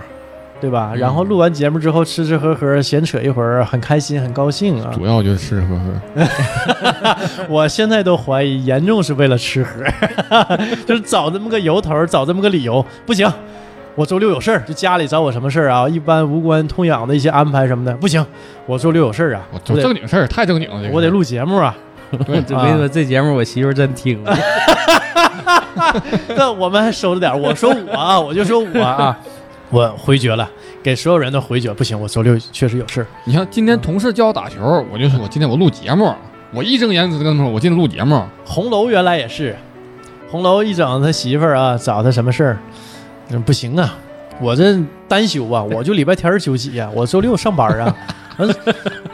对吧？嗯然后录完节目之后，吃吃喝喝，闲扯一会儿，很开心，很高兴啊。主要就是吃吃喝喝。我现在都怀疑，严重是为了吃喝， (laughs) 就是找这么个由头，找这么个理由。不行，我周六有事儿，就家里找我什么事儿啊？一般无关痛痒的一些安排什么的，不行，我周六有事儿啊我，我就得正经事儿，太正经了。这个我得录节目 (laughs) 啊。这没说这节目我媳妇儿真听了，那我们还收着点儿，我说我啊，我就说我啊，我回绝了，给所有人都回绝，不行，我周六确实有事儿。你看，今天同事叫我打球，我就说我今天我录节目，我义正言辞地跟他们说，我今天录节目。红楼原来也是，红楼一整他媳妇儿啊，找他什么事儿？嗯，不行啊，我这单休啊，我就礼拜天儿休息呀、我周六上班啊。完了，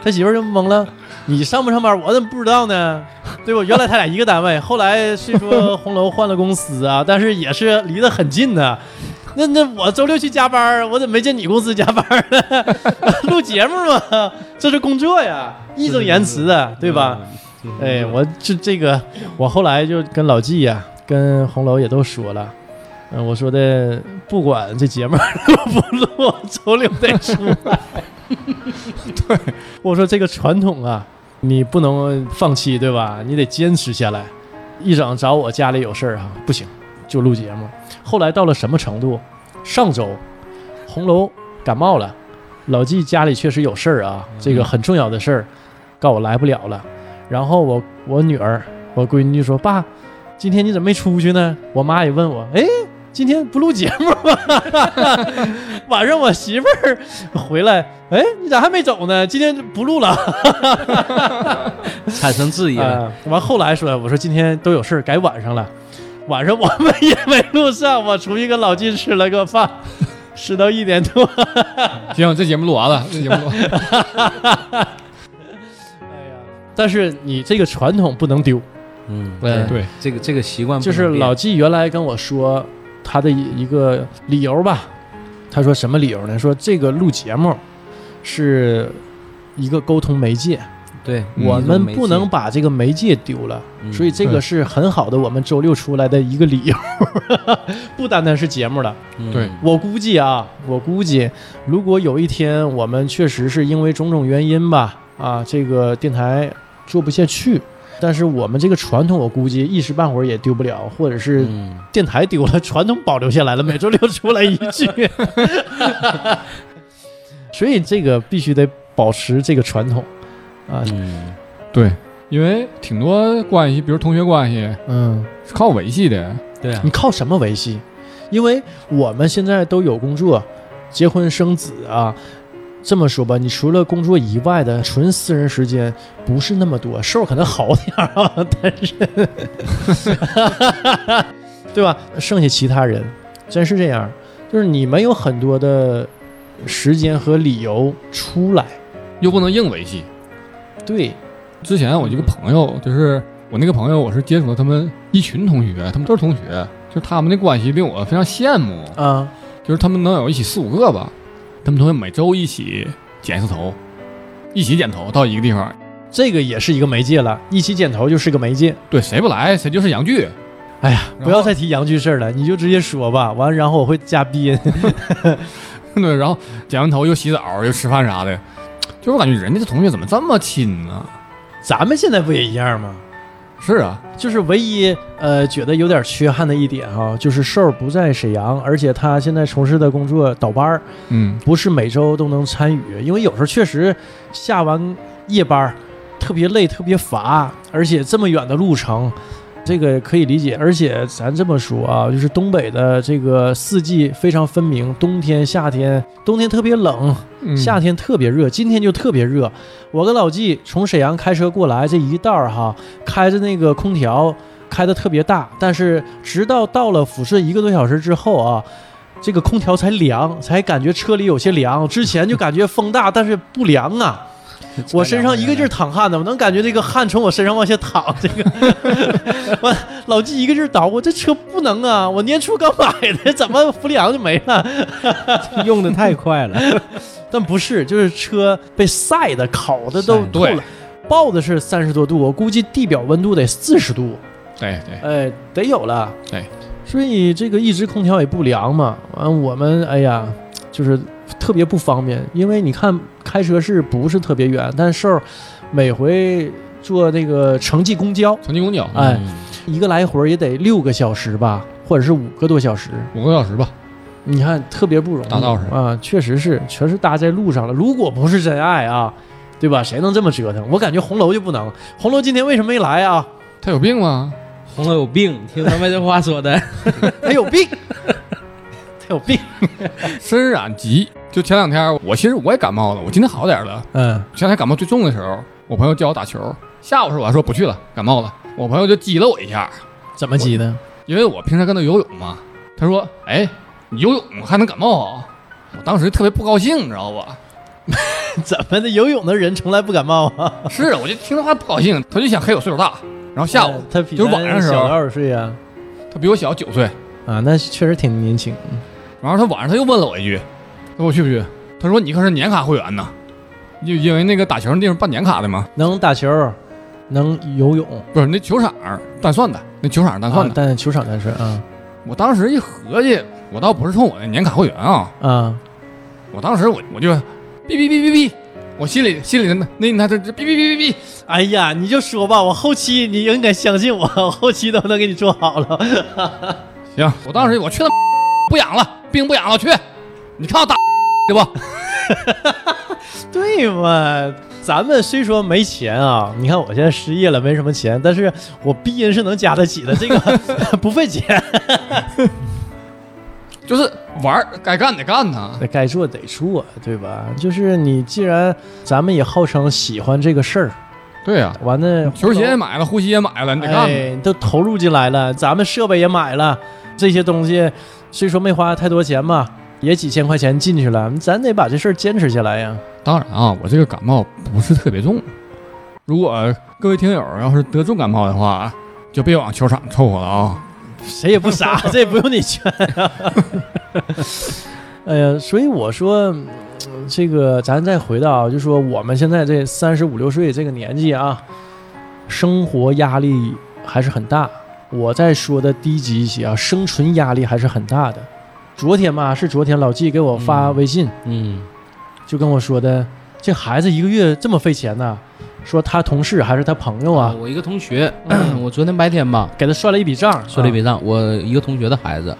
他媳妇儿就懵了，你上不上班？我怎么不知道呢？对吧？原来他俩一个单位，后来虽说红楼换了公司啊，但是也是离得很近呢、那那我周六去加班儿，我怎么没进你公司加班儿呢？ (laughs) 录节目嘛，这是工作呀，义正言辞的，对吧？哎，我这这个，我后来就跟老纪呀、跟红楼也都说了，嗯、我说的不管这节目录不录， (laughs) 周六得出来。对，我说这个传统啊，你不能放弃，对吧？你得坚持下来。一整找我家里有事儿啊，不行，就录节目。后来到了什么程度？上周红楼感冒了，老纪家里确实有事儿啊，这个很重要的事儿，告我来不了了。然后我我女儿，我闺女说：“爸，今天你怎么没出去呢？”我妈也问我：“哎，今天不录节目吗？” (laughs) 晚上我媳妇儿回来，哎，你咋还没走呢？今天不录了。 (laughs) 产生质疑了，啊，完后来说，我说今天都有事儿，改晚上了。晚上我们也没录上，我出去跟老金吃了个饭， (laughs) 吃到一点多。行，这节目录完了，这节目录完了哎但是你这个传统不能丢，嗯，哎对，这个这个习惯不就能是变老纪原来跟我说他的一个理由吧，他说什么理由呢？说这个录节目是一个沟通媒介，对，嗯我一种们媒不介能，把这个媒介丢了，嗯所以这个对是很好的我们周六出来的一个理由， (laughs) 不单单是节目了。嗯对我估计啊，我估计，如果有一天我们确实是因为种种原因吧，啊，这个电台做不下去，但是我们这个传统，我估计一时半会儿也丢不了，或者是嗯电台丢了，传统保留下来了，每周六出来一句，所以这个必须得保持这个传统啊，嗯对，因为挺多关系，比如同学关系嗯，是靠维系的，(laughs) 对啊你，靠什么维系？因为我们现在都有工作、结婚生子啊，这么说吧，你除了工作以外的纯私人时间不是那么多，瘦可能好点儿啊， (laughs) 但是，对吧？剩下其他人真是这样，就是你们有很多的时间和理由出来，又不能硬维系。对，之前我一个朋友，就是我那个朋友，我是接触了他们一群同学，他们都是同学，就是他们的关系令我非常羡慕，啊，就是他们能有一起四五个吧，他们同学每周一起剪一次头，一起剪头到一个地方，这个也是一个媒介了，一起剪头就是个媒介。对，谁不来谁就是洋剧。 (laughs) 哎呀，然后不要再提洋剧事儿了，你就直接说吧。完，然后我会加鼻音。对，然后剪完头又洗澡又吃饭啥的，就是我感觉人家这同学怎么这么亲呢、咱们现在不也一样吗？是啊，就是唯一呃觉得有点缺憾的一点哈、就是瘦儿不在沈阳，而且他现在从事的工作倒班儿，嗯，不是每周都能参与，因为有时候确实下完夜班儿特别累，特别乏，而且这么远的路程，这个可以理解。而且咱这么说啊，就是东北的这个四季非常分明，冬天、夏天，冬天特别冷，嗯夏天特别热，今天就特别热。我跟老纪从沈阳开车过来这一道儿哈，开着那个空调开的特别大，但是直到到了抚顺一个多小时之后啊，这个空调才凉，才感觉车里有些凉。之前就感觉风大，但是不凉啊。我身上一个劲儿淌汗呢，我能感觉这个汗从我身上往下淌。这个， (laughs) 我老纪一个劲儿捣鼓，这车不能啊！我年初刚买的，怎么不凉就没了？用的太快了，嗯但不是，就是车被晒的、烤的都晒透对了。报的是三十多度，我估计地表温度得四十度，对对，哎，得有了。对，所以这个一直空调也不凉嘛。完，我们哎呀，就是特别不方便，因为你看开车是不是特别远，但是每回坐那个城际公交，曾经公交哎嗯一个来回也得六个小时吧，或者是五个多小时。五个小时吧，你看特别不容易，大道上啊，确实是，全是搭在路上了。如果不是真爱啊，对吧？谁能这么折腾？我感觉红楼就不能。红楼今天为什么没来 (laughs) 啊？他有病吗？红楼有病，听他们这话说的，他有病，他有病。身染疾。就前两天，我其实我也感冒了，我今天好点儿了。嗯，前两天感冒最重的时候，我朋友叫我打球，下午的时候我还说不去了，感冒了。我朋友就激了我一下，怎么急的？因为我平时跟他游泳嘛。他说：“哎，你游泳还能感冒啊？”我当时特别不高兴，你知道吧？怎么的？游泳的人从来不感冒啊？是，我就听他话不高兴，他就想黑我岁数大。然后下午 (laughs) 他比就是晚上咱时候小多少岁啊？他比我小九岁，啊，那确实挺年轻。然后他晚上他又问了我一句，他说我去不去？他说你可是年卡会员呢，就因为那个打球那地方办年卡的嘛，能打球，能游泳，不是那球场儿单算的，那球场儿单算啊的。但球场但是啊我当时一合计，我倒不是冲我那年卡会员啊，啊，我当时我我就哔哔哔哔哔，我心里心里那那那这这哔哔哔哔哔，哎呀，你就说吧，我后期你应该相信我，我后期都能给你做好了。行，我当时我去他妈不养了，病不养了，我去，你看我打对不？对嘛，咱们虽说没钱啊，你看我现在失业了，没什么钱，但是我逼音是能加得起的，这个 (laughs) 不费钱，就是玩儿该干得干呐，该做得做，对吧？就是你既然咱们也号称喜欢这个事儿，对呀、完了球鞋也买了，护膝也买了，你得干呗。哎，都投入进来了，咱们设备也买了，这些东西虽说没花太多钱吧，也几千块钱进去了，咱得把这事儿坚持下来呀。当然啊，我这个感冒不是特别重。如果各位听友要是得重感冒的话，就别往球场凑合了啊。谁也不傻， (laughs) 这也不用你劝、啊 (laughs) 哎呀，所以我说，嗯这个咱再回到，就说我们现在这三十五六岁这个年纪啊，生活压力还是很大。我再说的低级一些啊，生存压力还是很大的。昨天嘛，是昨天老纪给我发嗯微信，嗯就跟我说的，这孩子一个月这么费钱呢？说他同事还是他朋友啊，我一个同学，嗯我昨天白天吧给他算了一笔账，啊说了一笔账，我一个同学的孩子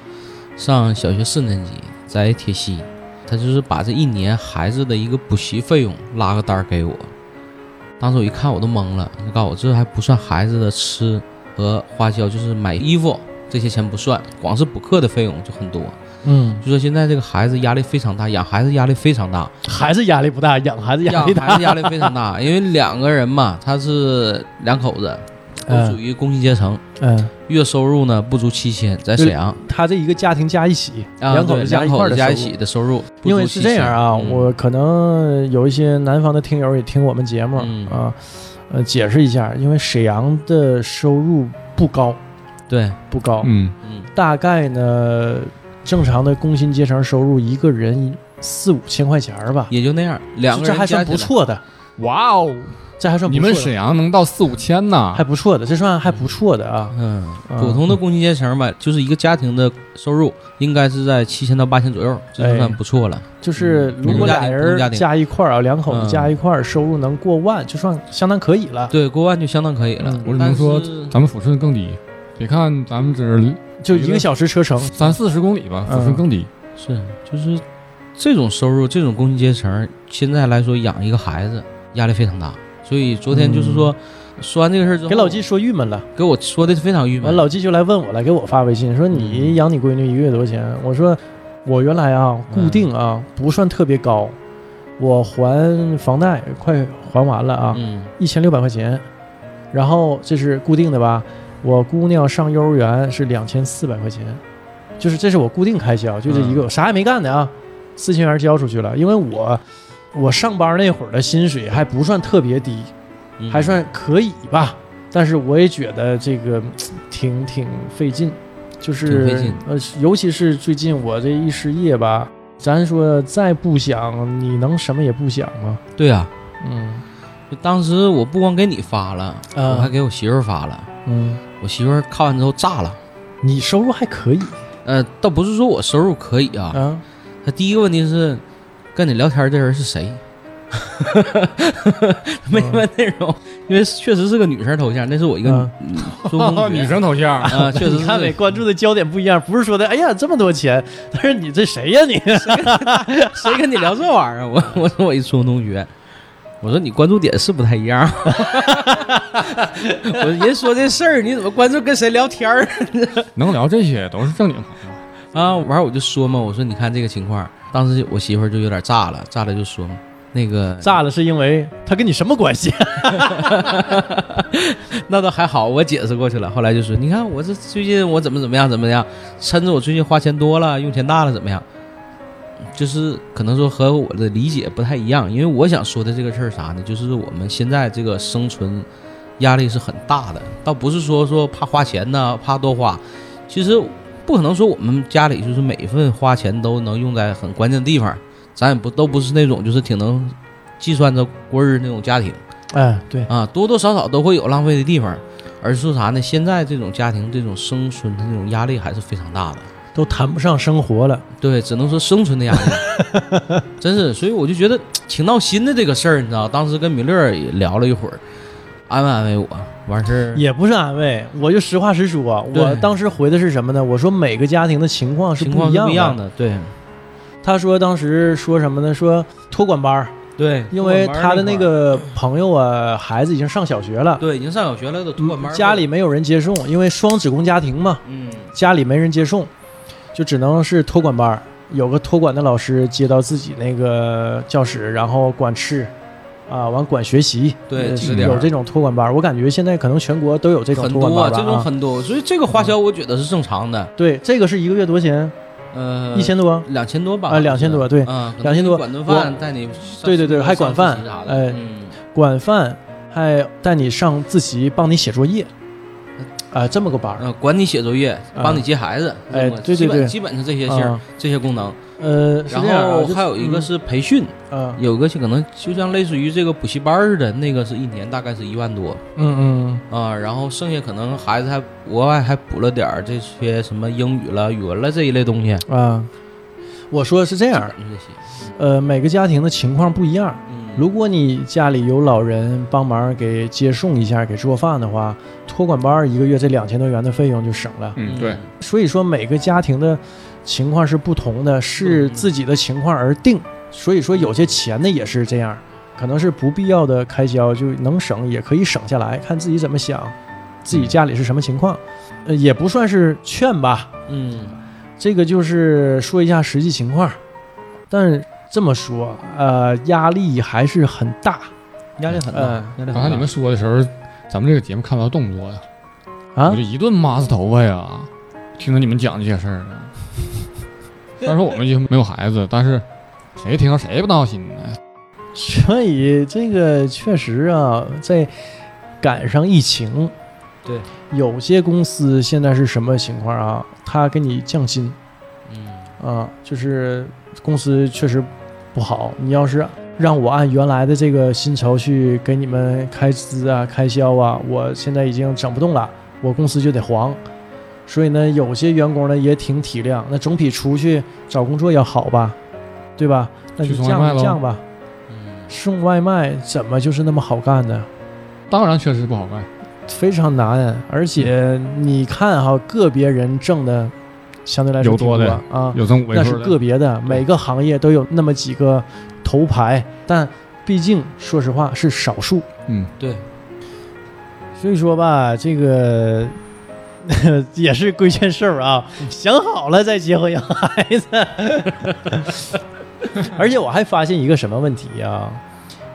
上小学四年级，在铁西，他就是把这一年孩子的一个补习费用拉个单儿给我，当时我一看我都懵了，你告诉我这还不算孩子的吃和花销，就是买衣服这些钱不算，光是补课的费用就很多。嗯，就说现在这个孩子压力非常大，养孩子压力非常大，孩子压力不大，养孩子压养力孩大子，压力非 (laughs) 常大，因为两个人嘛，他是两口子，都属嗯于工薪阶层，嗯，月收入呢不足七千，在沈阳，他这一个家庭加一起，啊两口对子两一块儿口子的加一收入起的收入，因为是这样啊，不足7000嗯我可能有一些南方的听友也听我们节目、嗯啊，呃，解释一下，因为沈阳的收入不高，嗯对，不高，嗯，嗯大概呢，正常的工薪阶层收入一个人四五千块钱儿吧，也就那样，两个人这还算加起不，来错的，哇哦，这还算不你错的们沈阳能到四五千呢还？不错的，这算还不错的啊。嗯，嗯普通的工薪阶层吧，就是一个家庭的收入应该是在七千到八千左右，哎这就算不错了，就是如果俩普通嗯家庭普通家人庭加一块儿啊，两口嗯子加一块儿，收入能过万，就算相当可以了。对，过万就相当可以了啊嗯。我只能说但是咱们抚顺更低。别看咱们只就一个小时车程，三四十公里吧，抚顺嗯更低。是，就是这种收入，这种工薪阶层，现在来说养一个孩子压力非常大。所以昨天就是说，说完这个事儿之后，嗯给老纪说郁闷了。给我说的非常郁完，闷。老纪就来问我了，给我发微信说：“你养你闺女一个月多少钱？”我说：“我原来啊，嗯固定啊，不算特别高，我还房贷快还完了啊，嗯一千六百块钱。然后这是固定的吧？我姑娘上幼儿园是两千四百块钱，就是这是我固定开销，就这一嗯个，我啥也没干的啊，四千元交出去了。因为我我上班那会儿的薪水还不算特别低，嗯，还算可以吧。但是我也觉得这个挺挺费劲，就挺费是劲呃，尤其是最近我这一失业吧，咱说再不想，你能什么也不想吗？对啊。嗯就当时我不光给你发了，啊我还给我媳妇儿发了。嗯，我媳妇儿看完之后炸了。你收入还可以呃，倒不是说我收入可以啊，啊，她第一个问题是，跟你聊天这人是谁？没问内容，因为确实是个女生头像，那是我一个嗯嗯中风学女生头 (laughs) 像，啊，确实你看是呗，关注的焦点不一样，不是说的哎呀这么多钱，但是你这谁 (laughs) 呀你？谁跟你聊这玩意儿？我我说我一初中同学，我说你关注点是不太一样。我说人说这事儿，你怎么关注跟谁聊天儿能聊这些都是正经朋友。啊？完儿我就说嘛，我说你看这个情况，当时我媳妇儿就有点炸了，炸了就说嘛，那个炸了是因为他跟你什么关系？那倒还好，我解释过去了。后来就说，你看我这最近我怎么怎么样怎么样，趁着我最近花钱多了，用钱大了怎么样，就是可能说和我的理解不太一样。因为我想说的这个事儿啥呢，就是我们现在这个生存压力是很大的，倒不是说说怕花钱呐，怕多花，其实不可能说我们家里就是每一份花钱都能用在很关键的地方，咱也不都不是那种就是挺能计算着过日子那种家庭。 (laughs) 哎，对，啊，多多少少都会有浪费的地方。而是说啥呢？现在这种家庭这种生存的这种压力还是非常大的，都谈不上生活了。对，只能说生存的压力，真是。所以我就觉得挺闹心的这个事儿，你知道，当时跟米勒儿也聊了一会儿，安慰安慰我，完事儿 (laughs) 也不是安慰，我就实话实说。啊对我当时回的是什么呢？我说每个家庭的情况是情况一是样不一样的。的，对他说当时说什么呢？说托管班儿，对，因为托管班儿他的那那块儿个朋友啊，孩子已经上小学了，对已经上小学了都托管班儿家里没有人接送，因为双职工家庭嘛，嗯家里没人接送，就只能是托管班儿，有个托管的老师接到自己那个教室，然后管吃。啊，完管学习，对呃指点儿有这种托管班儿，我感觉现在可能全国都有这种很托管多班儿啊吧、这种啊很多，所以这个花销我觉得是正常的，对，这个是一个月多少钱？呃，一千多。两千多吧，啊2000多对啊，可能2000多管顿饭，带你上对对对上还管饭自习啥的哎嗯，管饭，还带你上自习，帮你写作业，啊、这么个班儿。呃，管你写作业，啊帮你接孩子，哎这么对对基本对基本上这些啊性儿这些功能。呃，是然这样啊后就还有一个是培训，嗯有个是可能就像类似于这个补习班儿似的，那个是一年大概是一万多嗯啊。然后剩下可能孩子还额外还补了点儿这些什么英语了、语文了这一类东西，嗯啊，我说是这样，嗯这些，呃，每个家庭的情况不一样，嗯，如果你家里有老人帮忙给接送一下、给做饭的话，托管班儿一个月这两千多元的费用就省了。嗯，对，所以说每个家庭的情况是不同的，视嗯自己的情况而定。所以说有些钱呢也是这样，可能是不必要的开销就能省也可以省下来，看自己怎么想，自己家里是什么情况，呃，也不算是劝吧，嗯这个就是说一下实际情况。但这么说，呃，压力还是很大。压力很大，嗯压力很大。刚才你们说的时候，咱们这个节目看不到动作呀，啊我就一顿麻死头发呀。听着你们讲这些事儿啊，虽然说我们就没有孩子，但是谁听着谁不闹心呢？所以这个确实啊，在赶上疫情，对，有些公司现在是什么情况啊？他给你降薪嗯啊，就是公司确实不好。你要是让我按原来的这个薪酬去给你们开支啊、开销啊，我现在已经整不动了，我公司就得黄。所以呢，有些员工呢也挺体谅，那总比出去找工作要好吧，对吧？那就去送外卖降喽就降吧。嗯送外卖怎么就是那么好干呢？当然确实不好干，非常难，而且你看哈，个别人挣的相对来说有多的挺啊，有挣五位那是数的。个别的，每个行业都有那么几个头牌，但毕竟说实话是少数。嗯，对，所以说吧，这个 (laughs) 也是规劝事儿啊，想好了再结婚养孩子。 (laughs) 而且我还发现一个什么问题啊？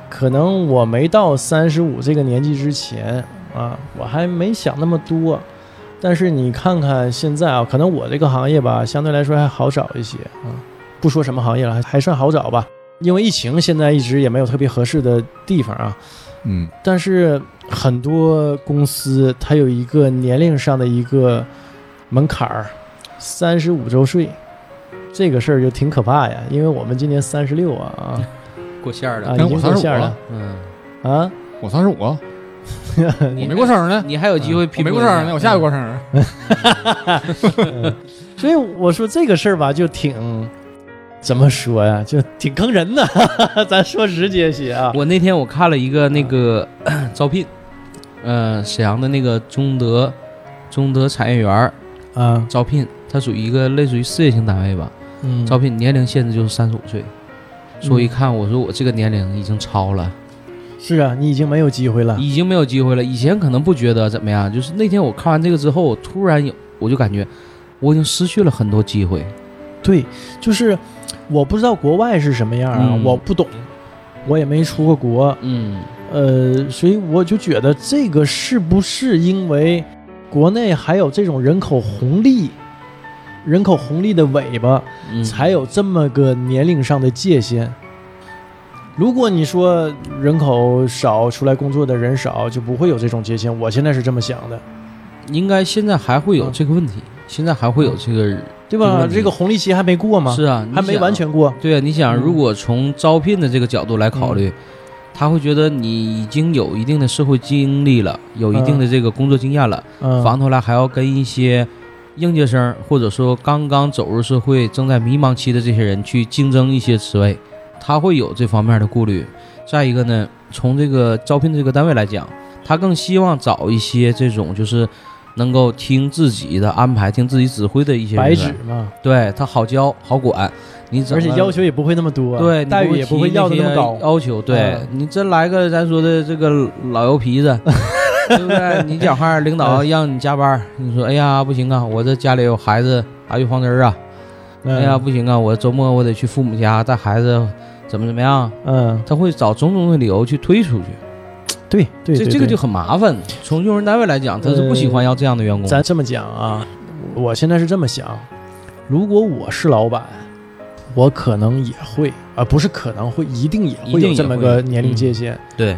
可能我没到三十五这个年纪之前啊，我还没想那么多。但是你看看现在啊，可能我这个行业吧，相对来说还好找一些啊，不说什么行业了，还还算好找吧。因为疫情，现在一直也没有特别合适的地方啊。嗯，但是很多公司它有一个年龄上的一个门槛儿，三十五周岁，这个事儿就挺可怕呀。因为我们今年三十六啊过线儿啊了啊，哎，已我经过三十线五儿了了，嗯，啊， (laughs) 我三十五，我你没过生日 (laughs) 呢，你还有机会批嗯我没过生日呢，我下个月过生日。所以我说这个事儿吧，就挺怎么说呀，就挺坑人的。 (laughs) 咱说直接些啊，嗯我那天我看了一个那个 (clears throat) 招聘，呃，沈阳的那个中德中德产业园儿啊，招聘，它属于一个类似于事业型单位吧，嗯，招聘年龄限制就是三十五岁。所以我一看，我说我这个年龄已经超了，是啊，你已经没有机会了。已经没有机会了。以前可能不觉得怎么样，就是那天我看完这个之后，我突然有，我就感觉我已经失去了很多机会。对，就是我不知道国外是什么样啊，嗯我不懂，我也没出过国，嗯，呃，所以我就觉得这个是不是因为国内还有这种人口红利，人口红利的尾巴，嗯才有这么个年龄上的界限？如果你说人口少，出来工作的人少，就不会有这种界限。我现在是这么想的，应该现在还会有这个问题，现在还会有这个对这个吧？问题这个红利期还没过吗？是啊，还你没想完。全过。对啊，你想，嗯如果从招聘的这个角度来考虑，他会觉得你已经有一定的社会经历了，有一定的这个工作经验了，嗯，反过来还要跟一些应届生或者说刚刚走入社会、正在迷茫期的这些人去竞争一些职位，他会有这方面的顾虑。再一个呢，从这个招聘这个单位来讲，他更希望找一些这种就是能够听自己的安排、听自己指挥的一些人白员纸嘛，对他好教好管。你怎而么且要求也不会那么多，啊对你待遇会也提不会要的那么高些。要求对嗯你真来个咱说的这个老油皮 (laughs) 子，对不对？你讲话，领导让你加 (laughs) 班，你说哎呀不行啊，我这家里有孩子打预防针啊，嗯哎呀不行啊，我周末我得去父母家带孩子，怎么怎么样？嗯，他会找种种的理由去推出去，对对，这对这个对呃就很麻烦。从用人单位来讲，他是不喜欢要这样的员工。咱这么讲啊，我现在是这么想，如果我是老板，我可能也会，啊、不是可能会，一定也一会有定也这么会个年龄界限。对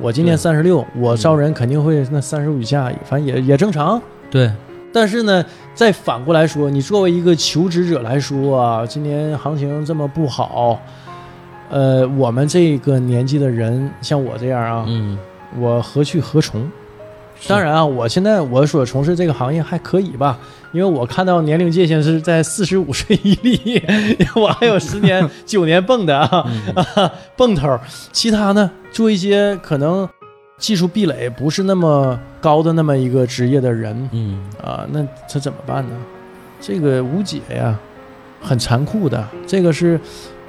我今年对嗯三十六，我招人肯定会那三十五以下，反正也也正常。对，但是呢，再反过来说，你作为一个求职者来说啊，今年行情这么不好，呃，我们这个年纪的人，像我这样啊，嗯我何去何从？当然啊，我现在我所从事这个行业还可以吧，因为我看到年龄界限是在四十五岁以里， (laughs) 我还有十年、九年蹦的啊， (laughs) 蹦头儿。其他呢，做一些可能技术壁垒不是那么高的那么一个职业的人嗯，啊，那他怎么办呢？这个无解呀，很残酷的，这个是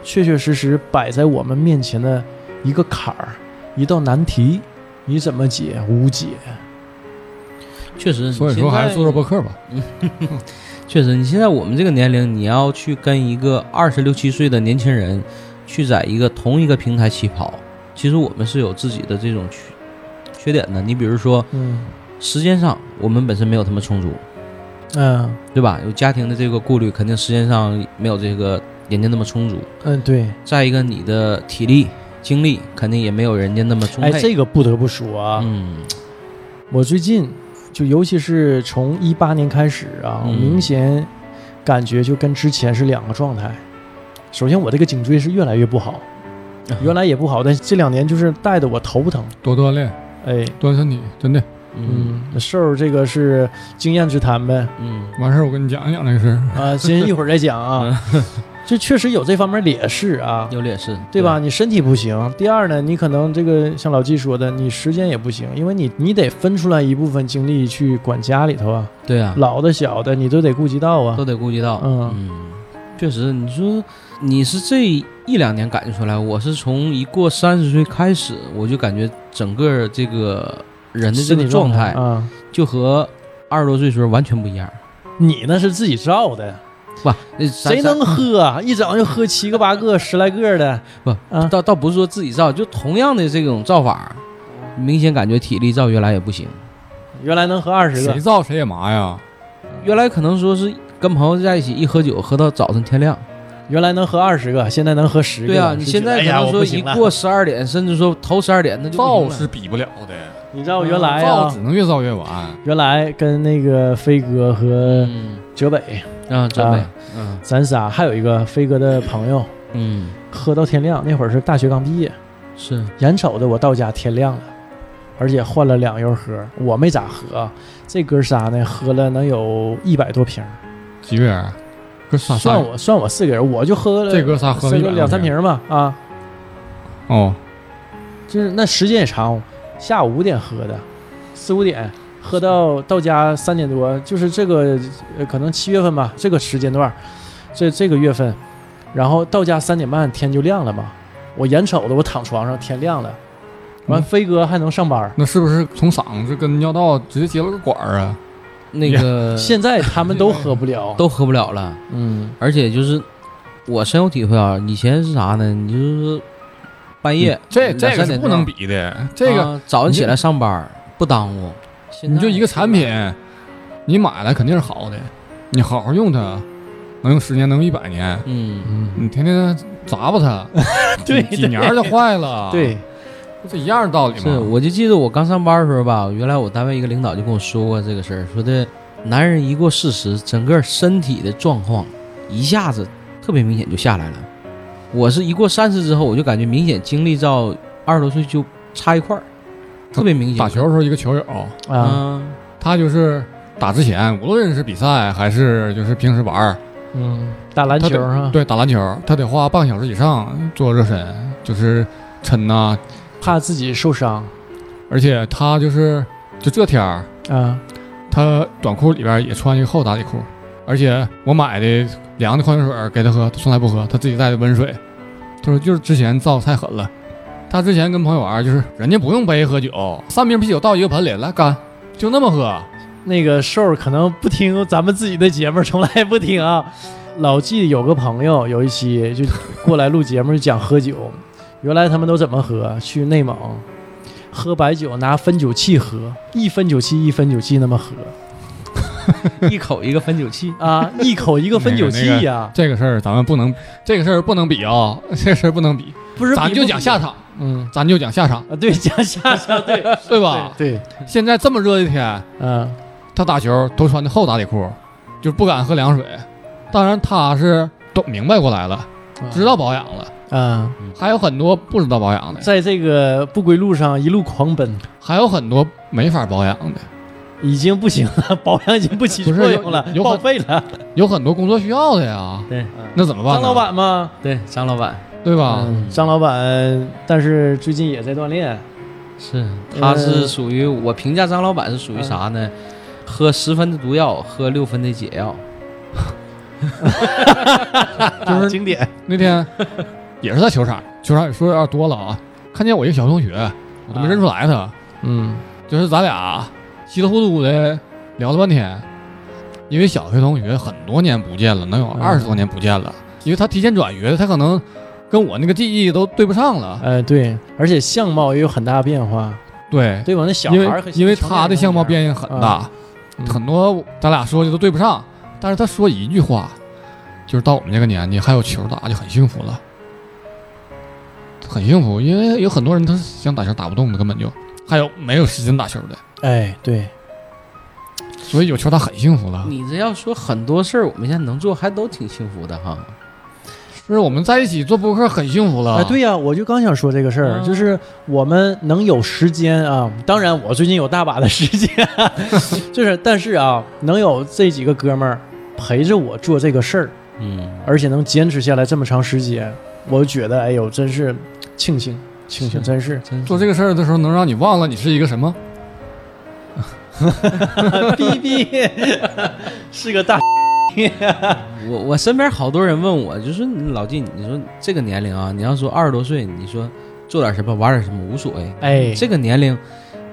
确确实实摆在我们面前的一个坎儿，一道难题，你怎么解？无解。确实，嗯所以说还是做做播客吧。确实，你现在我们这个年龄，你要去跟一个二十六七岁的年轻人去在一个同一个平台起跑，其实我们是有自己的这种缺缺点的。你比如说，嗯时间上我们本身没有他们充足，嗯对吧？有家庭的这个顾虑，肯定时间上没有这个人家那么充足。嗯，对，再一个，你的体力、精力肯定也没有人家那么充哎，沛。这个不得不说啊，嗯，我最近就尤其是从一八年开始啊，我嗯明显感觉就跟之前是两个状态。首先，我这个颈椎是越来越不好，原来也不好，但是这两年就是带的我头疼。多锻炼，哎，锻炼身体，真的。嗯嗯，瘦儿这个是经验之谈 (laughs) 呗，嗯完事儿我跟你讲一讲这个事儿。啊，先一会儿再讲 (laughs) 啊。这确实有这方面劣势啊，有劣势，对吧？？你身体不行。第二呢，你可能这个像老纪说的，你时间也不行，因为你你得分出来一部分精力去管家里头啊，对啊，老的小的你都得顾及到啊都。得顾及到。嗯确实，你说你是这一两年感觉出来，我是从一过三十岁开始，我就感觉整个这个人的这身个体状态态啊，就和二十多岁时候完全不一样。你那是自己造的，不，那咱谁能喝啊？一整就喝七个八个、十来个的，不啊咱？倒倒不是说自己造，就同样的这种造法，明显感觉体力造原来也不行，原来能喝二十谁个，造谁也麻呀。原来可能说是跟朋友在一起一喝酒喝到早晨天亮。原来能喝二十个，现在能喝十个了。对啊，你就现觉得哎在可呀能我不说行一了过十二点，甚至说头十二点，那就不行造了哎是比不了的，你知道原来造啊只，能越造越完。原来跟那个飞哥和嗯哲北，啊，真的啊嗯咱仨还有一个飞哥的朋友，嗯喝到天亮。那会儿是大学刚毕业，是。眼瞅着我到家天亮了，而且换了两油喝，我没咋喝啊。这哥仨呢，喝了能有一百多瓶儿，几个人啊？哥仨仨算。我算我四个人，我就喝了这哥仨喝四了个100两三瓶儿吧啊，哦，就是那时间也长，下午五点喝的，四五点喝到到家三点多，就是这个呃可能七月份吧，这个时间段，这这个月份，然后到家三点半天就亮了嘛，我眼瞅着我躺床上天亮了，完嗯飞哥还能上班儿，那是不是从嗓子跟尿道直接接了个管儿啊？那个现在他们都喝不了，都喝不了了， (laughs) 嗯而且就是我深有体会啊，以前是啥呢？你就是半夜嗯这哎两这三个点是钟不能，比的。这个啊早上起来上班儿不耽误。现在你就一个产品，你买来肯定是好的，你好好用它，能用十年，能用一百年。嗯，嗯，你天天砸吧它， (laughs) 对几几年儿就坏了。，对，不是一样的道哎理是，吗？我就记得我刚上班的时候吧，原来我单位一个领导就跟我说过这个事儿，说的男人一过四十，整个身体的状况一下子特别明显就下来了。我是一过三十之后，我就感觉明显经历到二十多岁就差一块儿，特别明显。打球的时候，一个球友，啊，嗯他就是打之前，无论是比赛还是就是平时玩儿，嗯，打篮他球得啊，对打篮球，他得花半个小时以上做热身，就是抻呐、怕自己受伤而且他就是就这天儿，啊，他短裤里边也穿一个厚打底裤，而且我买的凉的矿泉水儿给他喝，他从来不喝，他自己带的温水。他说就是之前造太狠了，他之前跟朋友玩儿就是人家不用杯喝酒，三瓶啤酒倒一个盆里来干，就那么喝。那个瘦儿可能不听咱们自己的节目，从来不听啊。 (laughs) 老纪有个朋友，有一期就过来录节目，就讲喝酒。原来他们都怎么喝？去内蒙喝白酒，拿分酒器喝，一分酒器一分酒器那么喝 (laughs) 一口一个分酒器。啊，一口一个分酒器啊那个呀、这个事儿咱们不能，这个事儿不能比啊、 (laughs) 这个事儿不能比， (laughs) 不是比咱就讲下场，嗯咱就讲下场，啊，对，讲下场，对对吧？对，现在这么热的天，嗯他打球都穿的厚打底裤，就不敢喝凉水。当然他是都明白过来了，嗯知道保养了，啊，还有很多不知道保养的，在这个不归路上一路狂奔，还有很多没法保养的，已经不行了，保养已经不起不作是用了有，有报废了。有很多工作需要的呀。对那怎么办呢？张老，板吗？对，张老板对吧？嗯张老板，但是最近也在锻炼，是，他呃嗯是属于我评价张老板是属于啥呢？喝十分的毒药，喝六分的解药。嗯就是啊经典。那天也是在球场，球场里说有点多了啊。看见我一个小同学，我都没认出来他，嗯，就是咱俩啊稀里糊涂的聊了半天。因为小学同学很多年不见了，能有嗯二十多年不见了。因为他提前转学，他可能跟我那个记忆都对不上了。呃，对，而且相貌也有很大变化，对，对吧？那小因孩儿为和因为成年人他的相貌变化很大，嗯很多咱俩说的都对不上。但是他说一句话，就是到我们这个年纪还有球打就很幸福了，很幸福。因为有很多人他是想打球打不动的，根本就还有没有时间打球的，哎，对，所以有球打很幸福了。你这要说很多事儿，我们现在能做还都挺幸福的哈。就是我们在一起做播客很幸福了。哎，对呀，我就刚想说这个事儿，嗯就是我们能有时间啊，当然我最近有大把的时间， (laughs) 就是但是啊，能有这几个哥们儿陪着我做这个事儿，嗯，而且能坚持下来这么长时间，我觉得哎呦，真是庆幸庆幸，是真是 (laughs) 真做这个事儿的时候，能让你忘了你是一个什么？逼 (laughs) 逼是个大个，我我身边好多人问我，就说你老纪，你说这个年龄啊，你要说二十多岁，你说做点什么玩点什么无所谓。哎，这个年龄，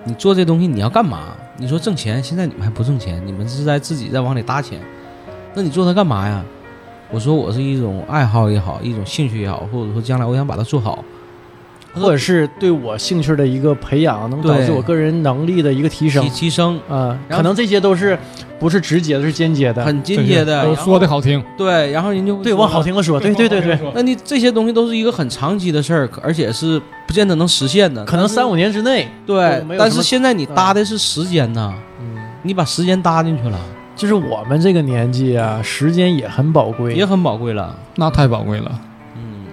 你做这东西你要干嘛？你说挣钱，现在你们还不挣钱，你们是在自己在往里搭钱，那你做它干嘛呀？我说我是一种爱好也好，一种兴趣也好，或者说将来我想把它做好。或者是对我兴趣的一个培养，能导致对我个人能力的一个提升提提升啊、然后可能这些都是不是直接的，是间接的。很间接的，都然后说的好听，对，然后人就会对，说往好听了说，对对对哦对，那你这些东西都是一个很长期的事儿，可而且是不见得能实现的，可能三五年之内，对没有什么，但是现在你搭的是时间呐，嗯，你把时间搭进去了，就是我们这个年纪啊，时间也很宝贵，也很宝贵了。那太宝贵了。嗯，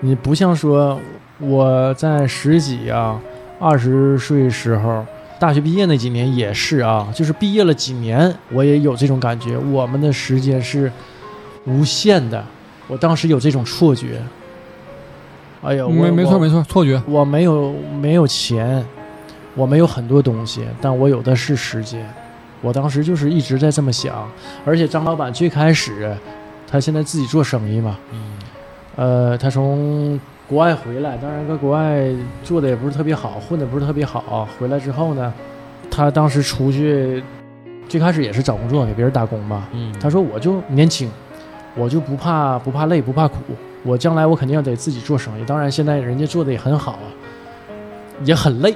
你不像说我在十几啊、二十岁时候，大学毕业那几年也是啊，就是毕业了几年，我也有这种感觉，我们的时间是无限的。我当时有这种错觉。哎呀，我嗯没没错没错，错觉。我没有没有钱，我没有很多东西，但我有的是时间。我当时就是一直在这么想，而且张老板最开始，他现在自己做生意嘛，呃，他从国外回来，当然搁国外做的也不是特别好，混的不是特别好。回来之后呢，他当时出去，最开始也是找工作，给别人打工嘛，嗯，他说我就年轻，我就不怕不怕累不怕苦，我将来我肯定要得自己做生意。当然现在人家做的也很好啊，也很累，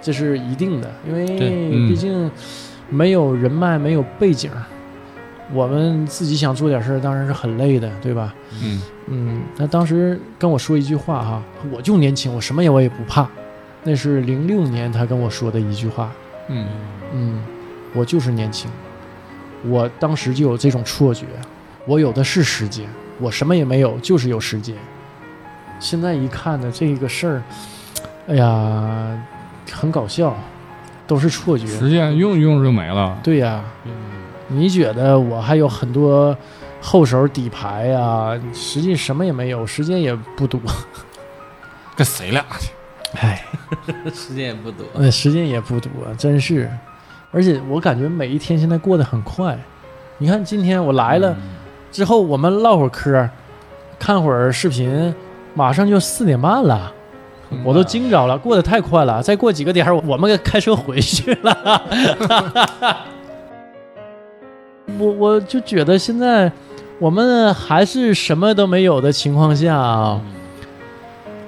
这是一定的，因为对嗯毕竟没有人脉没有背景，我们自己想做点事儿当然是很累的，对吧？嗯，嗯，他当时跟我说一句话哈，我就年轻，我什么也我也不怕，那是零六年他跟我说的一句话。嗯，嗯，我就是年轻，我当时就有这种错觉，我有的是时间，我什么也没有，就是有时间。现在一看呢，这个事儿，哎呀，很搞笑，都是错觉。时间用一用就没了。对呀、嗯你觉得我还有很多后手底牌呀、实际什么也没有，时间也不多，跟谁俩去？哎，时间也不多，呃，时间也不多，真是。而且我感觉每一天现在过得很快。你看今天我来了。之后我们唠会儿嗑儿，看会儿视频，马上就四点半了，我都惊着了，过得太快了，再过几个点儿我们开车回去了。 (laughs) 我我就觉得现在我们还是什么都没有的情况下啊，嗯。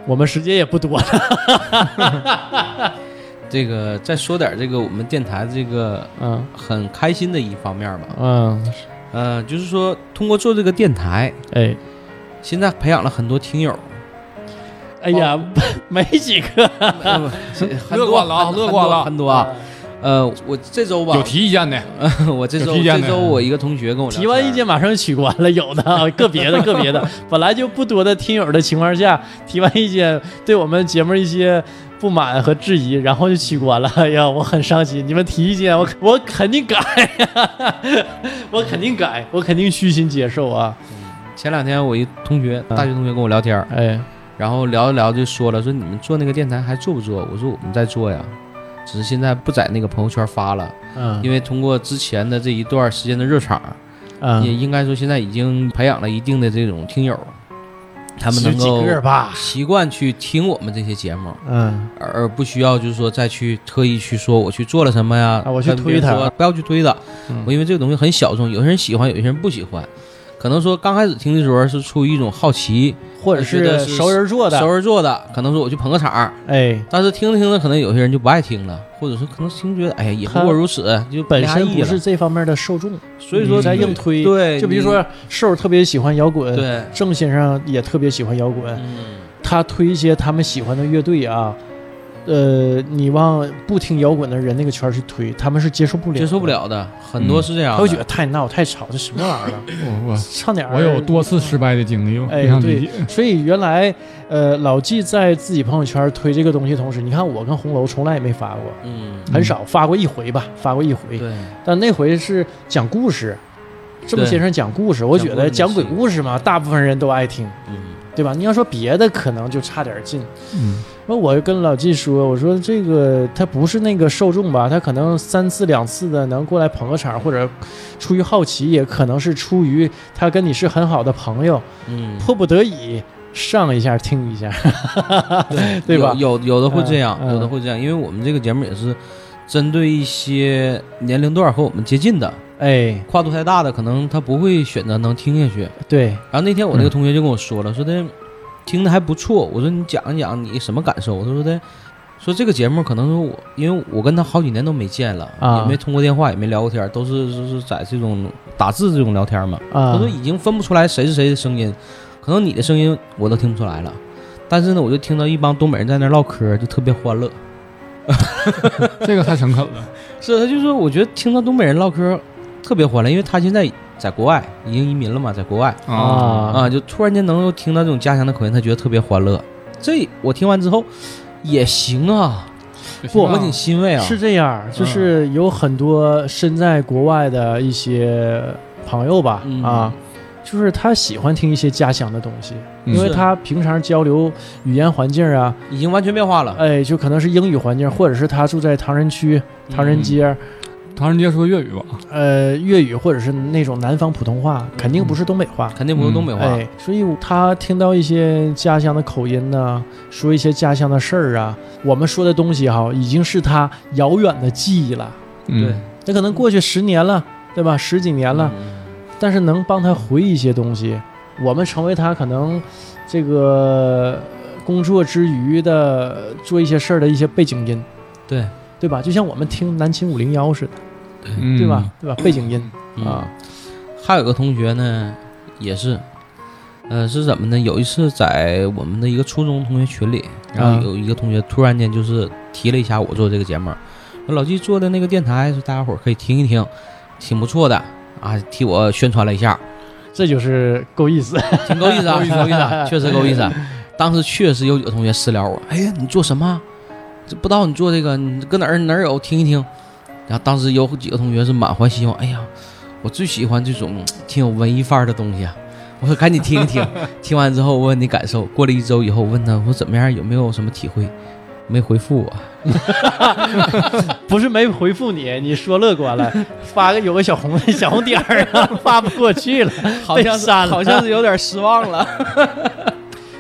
我们时间也不多了。这个再说点这个我们电台这个嗯很开心的一方面吧，嗯，呃，就是说通过做这个电台，哎现在培养了很多听友，哦 (laughs) 哎呀，没几个很多 (laughs) 乐观了啊乐观了呃哎很多很多啊。呃，我这周吧有，提意见的， (laughs) 我这有周提见这的周我一个同学跟我聊提完天儿意见，马上就取关了，有的 (laughs) 啊，个别的个别 (laughs) 的，本来就不多的听友的情况下，提完意见对我们节目一些不满和质疑，然后就取关了。哎呀，我很伤心。你们提意 (laughs) 见，我我肯定改，我肯定改，我肯定虚心接受啊。前两天我一同学，嗯大学同学跟我聊天儿，哎，然后聊着聊着就说了，说你们做那个电台还做不做？我说我们在做呀，只是现在不在那个朋友圈发了，嗯因为通过之前的这一段时间的热场，也嗯，应该说现在已经培养了一定的这种听友，他们十能几够个吧，习惯去听我们这些节目，嗯，而而不需要就是说再去特意去说我去做了什么呀，啊我去跟别推人它说不要去推它，嗯我因为这个东西很小众，有些人喜欢，有些人不喜欢。可能说刚开始听的时候是出于一种好奇，或者觉得是熟人做熟的，人做的，可能说我去捧个场儿，哎，但是听着听着，可能有些人就不爱听了，或者说可能听觉得哎呀也不过如此，就本没啥身意义不是了。这方面的受众，所以说在咱硬推。，嗯对，就比如你说呃瘦特别喜欢摇滚，对，郑先生也特别喜欢摇滚，嗯，他推一些他们喜欢的乐队啊，呃，你往不听摇滚的人那个圈儿去推，他们是接受不了，接受不，了的，很多是这样他的。会觉得太闹太吵，这什么玩 (laughs) 意儿啊？我唱点儿我我有多次失败的经历，我哎非常理解。所以原来呃老纪在自己朋友圈推这个东西的同时，你看我跟红楼从来也没发过，嗯，很少发过一回吧，发过一回，对，但那回是讲故事。郑对先生讲故事，我觉得讲讲故鬼事故事嘛，大部分人都爱听，嗯，对吧？你要说别的，可能就差点儿劲。嗯，那我跟老纪说，我说这个他不是那个受众吧，他可能三次两次的能过来捧个场，或者出于好奇，也可能是出于他跟你是很好的朋友，嗯，迫不得已上一下听一下，对吧？有有有的会这样，嗯嗯有的会这样，因为我们这个节目也是针对一些年龄段和我们接近的， (laughs) 哎，跨度太大的，可能他不会选择能听下去。对，然后那天我那个同学就跟我说了，说的听的还不错。我说你讲一讲你什么感受？我说的说这个节目可能说我，因为我跟他好几年都没见了，啊也没通过电话，也没聊过天，都是就是在这种打字这种聊天嘛。啊他说已经分不出来谁是谁的声音，可能你的声音我都听不出来了。但是呢，我就听到一帮东北人在那唠嗑，就特别欢乐。这个太诚恳了。是，啊他就说，我觉得听到东北人唠嗑特别欢乐，因为他现在在国外已经移民了嘛，在国外，啊，就突然间能够听到这种家乡的口音，他觉得特别欢乐。这我听完之后也行啊，不我挺欣慰啊。是这样，就是有很多身在国外的一些朋友吧，嗯啊，就是他喜欢听一些家乡的东西，嗯因为是他平常交流语言环境啊，已经完全变化了，哎，就可能是英语环境，或者是他住在唐人区、唐人街，嗯唐人街说粤语吧，呃，粤语或者是那种南方普通话，肯定不是东北话。嗯肯定不是东北话。哎，所以他听到一些家乡的口音呐，说一些家乡的事儿啊，我们说的东西哈，已经是他遥远的记忆了。嗯对，那可能过去十年了，对吧？十几年了，嗯但是能帮他回忆一些东西。我们成为他可能这个工作之余的做一些事儿的一些背景音。对，对吧？就像我们听南秦五零幺似的，嗯对吧？？对吧？背景音嗯啊，还有个同学呢，也是，呃，是怎么呢？有一次在我们的一个初中同学群里，然啊后有一个同学突然间就是提了一下我做这个节目，说老纪做的那个电台，说大家伙儿可以听一听，挺不错的啊，替我宣传了一下，这就是够意思。 (laughs) 挺够意 (laughs) 思啊，挺够意思啊，确实够意思啊。当时确实有几个同学私聊我，哎呀，你做什么？这不知道你做这个，你搁哪儿哪儿有听一听。然后当时有几个同学是满怀希望，哎呀，我最喜欢这种挺有文艺范儿的东西啊。我说赶紧听一听， (laughs) 听完之后我问你感受。过了一周以后，我问他我说怎么样，有没有什么体会？没回复我。不是没回复你，你说乐观 (laughs) 了，发个有个小红小红点儿 (laughs) 啊，发不过去了，好像被是删了好像是有点失望 (laughs) 了。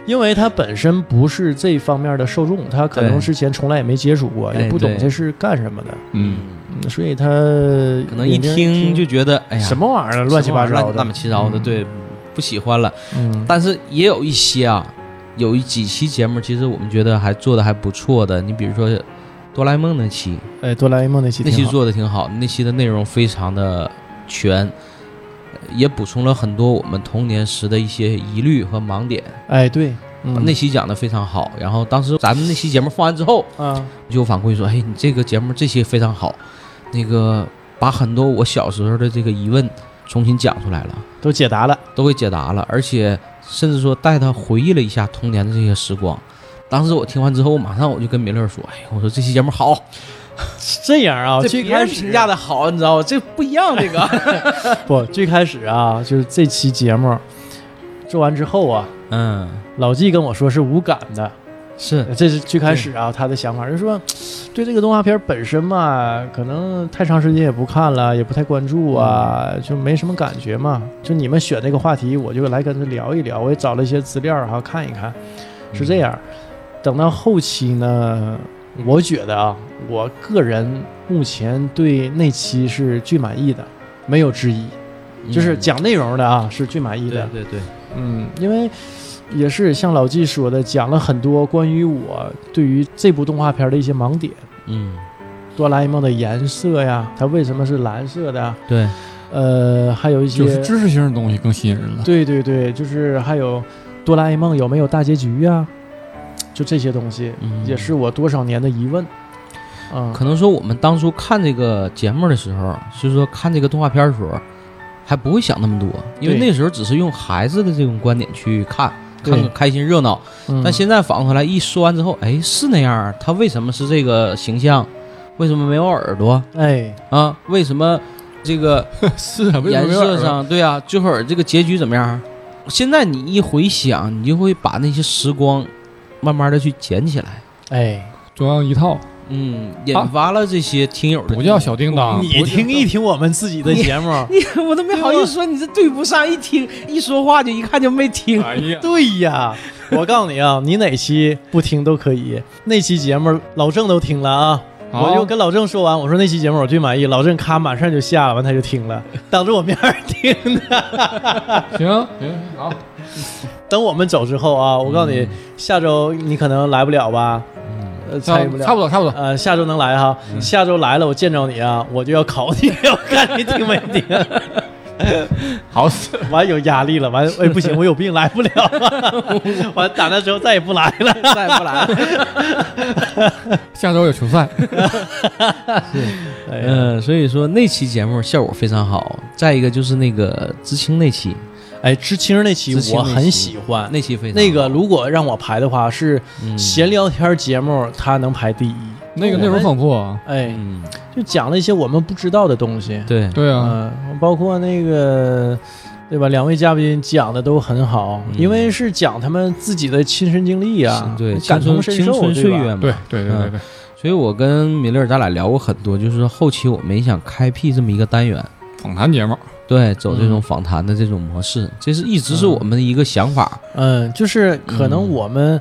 因为他本身不是这方面的受众，他可能对之前从来也没接触过，哎也不懂对这是干什么的，嗯，嗯所以他可能一眼睛听就觉得哎呀什么玩意儿，乱七八糟乱的七，七糟的，嗯对，不喜欢了。嗯，但是也有一些啊，有一几期节目，其实我们觉得还做的还不错的。你比如说哆啦 A 梦那期，哎，哆啦 A 梦那期那挺期好做的挺好，那期的内容非常的全，也补充了很多我们童年时的一些疑虑和盲点。哎，对，嗯那期讲的非常好。然后当时咱们那期节目放完之后，啊，就有反馈说，哎，你这个节目这些非常好，那个把很多我小时候的这个疑问重新讲出来了，都解答了，都给解答了，而且甚至说带他回忆了一下童年的这些时光。当时我听完之后，我马上我就跟米勒说：“哎，我说这期节目好，这样啊，这最别人开评始价的好，你知道吗？这不一样，这个。 (laughs) 不，最开始啊，就是这期节目做完之后啊，嗯，老纪跟我说是无感的，是这是最开始啊他的想法，就是说对这个动画片本身嘛，可能太长时间也不看了，也不太关注啊，就没什么感觉嘛。就你们选这个话题，我就来跟他聊一聊，我也找了一些资料哈，看一看，是这样。等到后期呢，我觉得啊，我个人目前对那期是最满意的，没有之一。就是讲内容的啊，是最满意的。嗯对对，嗯，因为也是像老纪说的，讲了很多关于我对于这部动画片的一些盲点，嗯，哆啦 A 梦的颜色呀，它为什么是蓝色的？对，呃，还有一些就是知识性的东西更吸引人了。对对对，就是还有哆啦 A 梦有没有大结局呀？就这些东西，嗯也是我多少年的疑问。嗯，可能说我们当初看这个节目的时候，就是说看这个动画片的时候，还不会想那么多，因为对那时候只是用孩子的这种观点去看，对看个开心热闹。嗯但现在反过头来一说完之后，哎，是那样儿，他为什么是这个形象？为什么没有耳朵哎，啊？为什么这个是 (laughs) 啊，为什么颜没有耳色朵上对啊？最后这个结局怎么样？现在你一回想，你就会把那些时光慢慢的去捡起来。哎，中央一套，嗯，引发了这些听友啊的不叫小叮当，你听一听我们自己的节目， (laughs) 你我都没好意思说，你这对不上，一 (laughs) 听一说话就一看就没听。哎 (laughs) 呀，对呀，我告诉你啊，你哪期不听都可以。那期节目老郑都听了啊，好我就跟老郑说完，我说那期节目我最满意。老郑咔马上就下了，完他就听了，当着我面儿听的。行行行好，等我们走之后啊，我告诉你，下周你可能来不了吧？呃，参与不了，差不多差不多，呃，下周能来哈，下周来了我见着你啊，我就要考你，我看你听没听。好，完有压力了，完哎不行，我有病来不了了。完打那之后再也不来了。再也不来了。下周有球赛，哎呀 (laughs) 嗯，所以说那期节目效果非常好。再一个就是那个知青那期，哎，知青那期知青我那期很喜欢，那期非常好那个如果让我排的话，是嗯闲聊天节目，它能排第一。那个内容丰富啊，哎，嗯，就讲了一些我们不知道的东西，对，对啊，嗯、包括那个，对吧？两位嘉宾讲的都很好，嗯因为是讲他们自己的亲身经历啊，对，感青同春身青受，春岁对吧？月嘛。对对对对对，所以我跟米勒咱俩聊过很多，就是说后期我们也想开辟这么一个单元，访谈节目，对，走这嗯种访谈的这种模式，这是一直是我们的一个想法。嗯，就是可能嗯我们。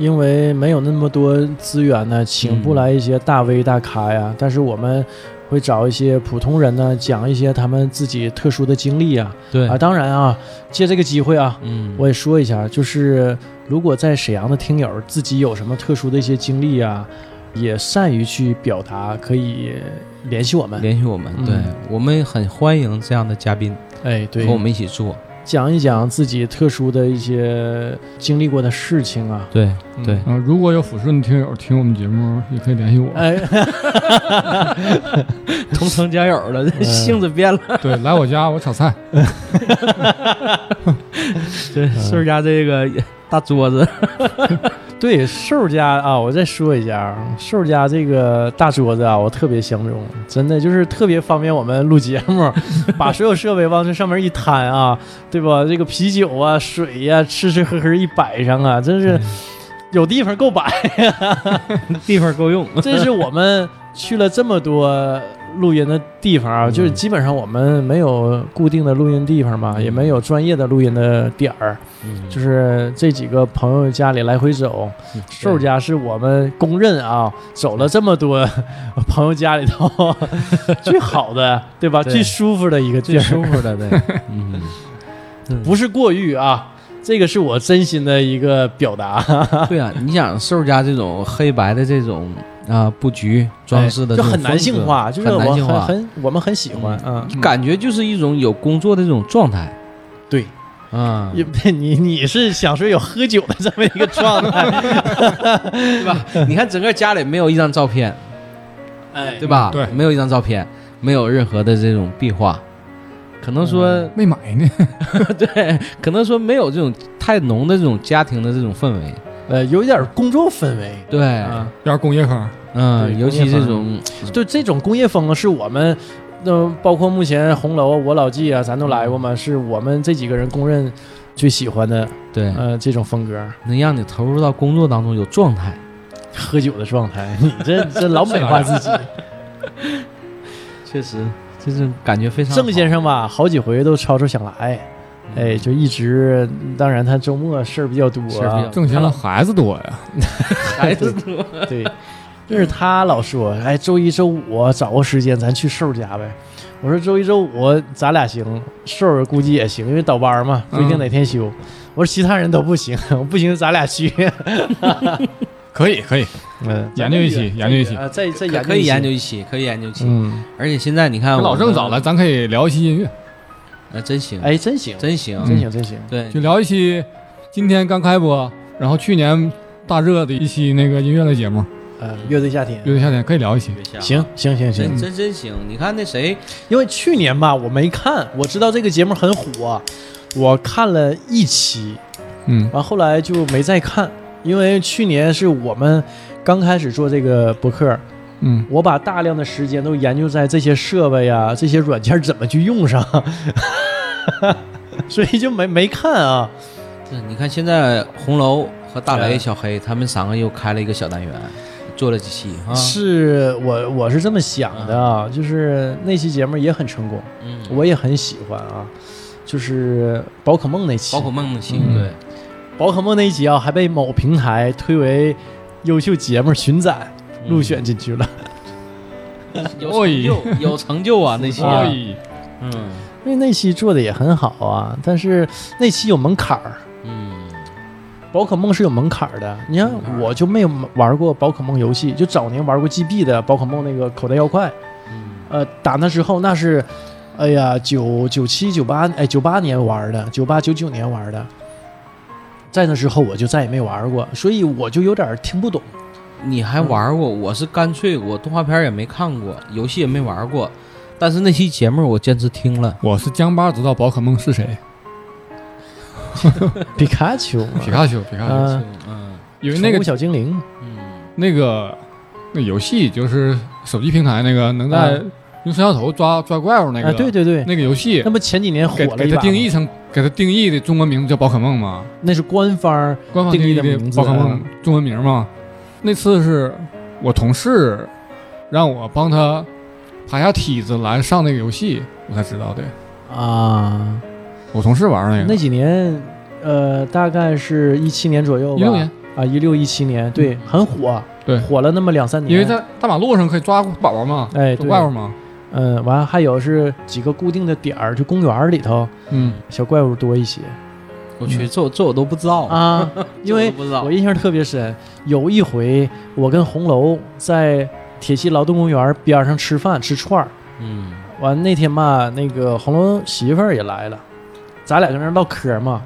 因为没有那么多资源呢，请不嗯来一些大 V 大咖呀，但是我们会找一些普通人呢，讲一些他们自己特殊的经历啊，对啊，，当然啊，借这个机会啊，嗯，我也说一下，就是如果在沈阳的听友自己有什么特殊的一些经历啊，也善于去表达，可以联系我们。联系我们，嗯对我们很欢迎这样的嘉宾哎，对和，我们一起做。讲一讲自己特殊的一些经历过的事情啊。对嗯对，嗯，如果有抚顺的听友听我们节目，也可以联系我，哎， (laughs) 同城交友了，这性质变了。对，来我家我炒菜， (laughs) 对，顺家这个大桌子， (laughs) 对，瘦儿家啊，我再说一下，瘦儿家这个大桌子啊，我特别相中，真的就是特别方便我们录节目，把所有设备往这上面一摊啊，对吧？这个啤酒啊、水呀、吃吃喝喝一摆上啊，真是有地方够摆。 (laughs) 地方够用。这 (laughs) 是我们去了这么多录音的地方啊，就是基本上我们没有固定的录音地方嘛，也没有专业的录音的点儿，嗯就是是这几个朋友家里来回走。瘦儿家是我们公认啊，走了这么多朋友家里 (laughs) 头最好的，对吧？对最舒服的一个地最儿，舒服的，对， (laughs) 嗯，不是过誉啊。这个是我真心的一个表达， (laughs) 对啊，你想瘦家这种黑白的这种啊布局装饰的，哎就很男性，化，就是很我哎男性很化很我们很喜欢，嗯，感觉就是一种有工作的这种状态。对，嗯啊，也你你是想说有喝酒的这么一个状 (laughs) 态，对 (laughs) 吧？你看整个家里没有一张照 (laughs) 片，哎对？吧？对没有一张照片，没有任何的这种壁画，可能说、没买呢，对，可能说没有这种太浓的这种家庭的这种氛围，呃，有点工作氛围。对，啊，有点工业风。对嗯，尤其这工种对这种工业风啊是我们，那、包括目前红楼啊、我老纪啊，咱都来过嘛，是我们这几个人公认最喜欢的对，呃这种风格，能让你投入到工作当中有状态。喝酒的状 (laughs) 态。你这这老美化自己。确实，这种感觉非常好郑 (laughs) 先生吧，啊好几回都吵吵想来，哎，就一直，当然他周末事儿比较多嗯事儿比较啊，多挣钱了孩子多呀，孩子多， (laughs) (laughs) 对，就是他老说，哎，周一周五找个时间咱去瘦儿家呗。我说周一周五咱俩行，瘦儿估计也行，因为倒班儿嘛，不嗯一定哪天休。我说其他人都不行，不行咱俩去。可以可以， (laughs) 嗯，研究一期研究一期啊，再再也研可以研究究一期。一期，可以研究一期。嗯，而且现在你看，跟老郑找来，，咱可以聊一期音乐，那真嗯行，哎，真行，真行，真行，真行。对，就聊一期今天刚开播，然后去年大热的一期那个音乐类节目《呃，乐队夏天。乐队夏天》，可以聊一期。行嗯行行行真，真真行。你看那谁，因为去年吧我没看，我知道这个节目很火，我看了一期，嗯，完后来就没再看，因为去年是我们刚开始做这个博客，嗯，我把大量的时间都研究在这些设备呀、这些软件怎么去用上， (laughs) 所以就没没看啊。这你看现在红楼和大雷、嗯小黑他们三个又开了一个小单元，做了几期啊？是我我是这么想的啊，就是那期节目也很成功，嗯，我也很喜欢啊，就是宝可梦那期，宝可梦的期，嗯对，宝可梦那一集啊，还被某平台推为优秀节目巡展嗯入选进去了。有成就，有成就 (laughs) 啊！那期啊，哎以，嗯因为那期做的也很好啊，但是那期有门槛儿，嗯，宝可梦是有门槛儿的。你看门槛，儿我就没有玩过宝可梦游戏，就早年玩过 GB 的宝可梦那个口袋妖怪，嗯呃，打那之后那是。哎呀，九九七九八哎九八年玩的，九八九九年玩的，在那之后我就再也没玩过，所以我就有点儿听不懂。你还嗯玩过？我是干脆我动画片也没看过，游戏也没玩过，但是那期节目我坚持听了。我是江巴知道宝可梦是谁，皮卡丘嘛，皮卡丘，皮卡丘，嗯嗯因为那个宠物小精灵，嗯那个那游戏就是手机平台那个能在嗯用摄像头抓抓怪物那个，啊，对对对，那个游戏那不前几年火给了给一把它吗定义，成给它定义的中文名字叫宝可梦嘛，那是官方官方定义义的的名字啊宝可梦中文名嘛。那次是我同事让我帮他爬下梯子来上那个游戏，我才知道的。啊。我同事玩那那个，几年，呃，大概是一七年左右吧，一六年，嗯啊，一六一七年，对，很火，对火了那么两三年，因为在大马路上可以抓宝宝嘛，哎抓对怪物嘛，嗯，完了还有是几个固定的点儿，就公园儿里头嗯，小怪物多一些我去，这我这我都不知道，嗯哦啊，因为 (laughs) 这我都不知道我印象特别深，有一回我跟红楼在铁西劳动公园边上吃饭吃串儿。嗯完那天吧，那个红楼媳妇儿也来了，咱俩搁那儿唠嗑嘛。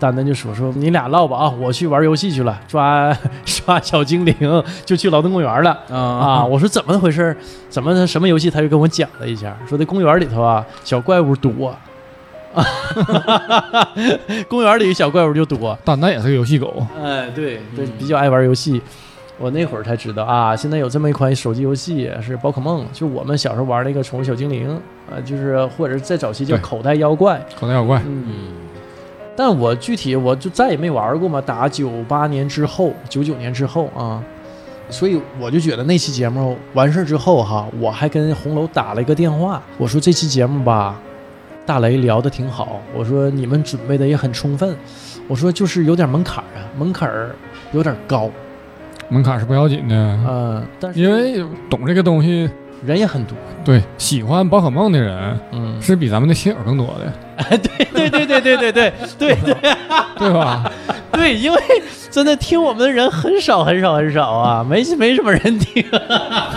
丹丹就说说你俩唠吧啊，我去玩游戏去了，抓 (laughs) 抓小精灵，就去劳动公园了啊啊。我说怎么回事儿？怎么什么游戏？他就跟我讲了一下，说这公园里头啊，小怪物多啊， (laughs) 公园里小怪物就多。蛋蛋也是个游戏狗，哎，对对嗯，比较爱玩游戏。我那会儿才知道啊，现在有这么一款手机游戏是宝可梦，就我们小时候玩那个宠物小精灵，呃，就是或者是再早期叫对口袋妖怪。口袋妖怪。嗯，嗯但我具体我就再也没玩过嘛，打九八年之后、九九年之后啊，所以我就觉得那期节目完事儿之后哈，我还跟红楼打了一个电话，我说这期节目吧，大雷聊的挺好，我说你们准备的也很充分，我说就是有点门槛儿啊，门槛儿有点高，门槛是不要紧的，嗯，但是因为懂这个东西，人也很多，对喜欢宝可梦的人嗯，是比咱们的亲友更多的， (laughs) 对对对对对对对对对吧？ (laughs) (laughs) 对，因为真的听我们的人很少很少很少啊，没没什么人听。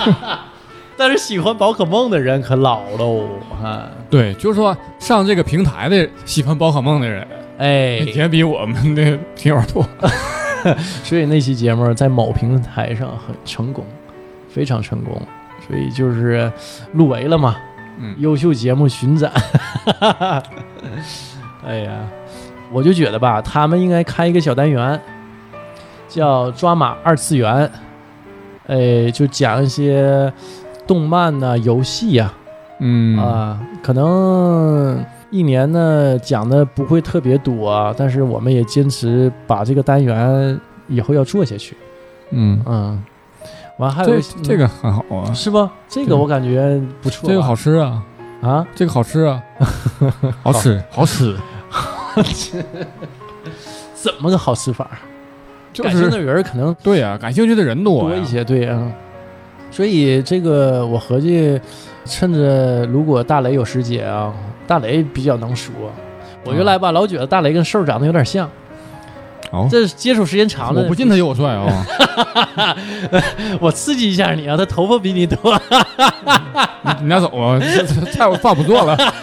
(laughs) 但是喜欢宝可梦的人可老喽，啊，对，就是说上这个平台的喜欢宝可梦的人，哎，以前比我们的听友多。所以那期节目在某平台上很成功，非常成功，所以就是入围了嘛，(laughs) 嗯，优秀节目巡展。 (laughs) 哎呀，我就觉得吧，他们应该开一个小单元，叫“抓马二次元”，哎，就讲一些动漫呐、游戏呀、嗯啊，可能一年呢讲的不会特别多啊，但是我们也坚持把这个单元以后要做下去。嗯，嗯，完还有这一这个很好啊嗯，是不？这个对我感觉不错吧，这个好吃啊，啊，这个好吃 (laughs) 啊，好吃，好吃，怎么个好吃法儿？就感兴趣是的人可能对呀，感兴趣的人多多呀一，些，对啊。所以这个我合计，趁着如果大雷有时间啊，大雷比较能说。我原来吧，老觉得大雷跟瘦儿长得有点像，哦，这接触时间长了，我不信他有我帅啊， (laughs) 我刺激一下你啊，他头发比你多。你你俩走吧， (laughs) 这这菜我饭不做了，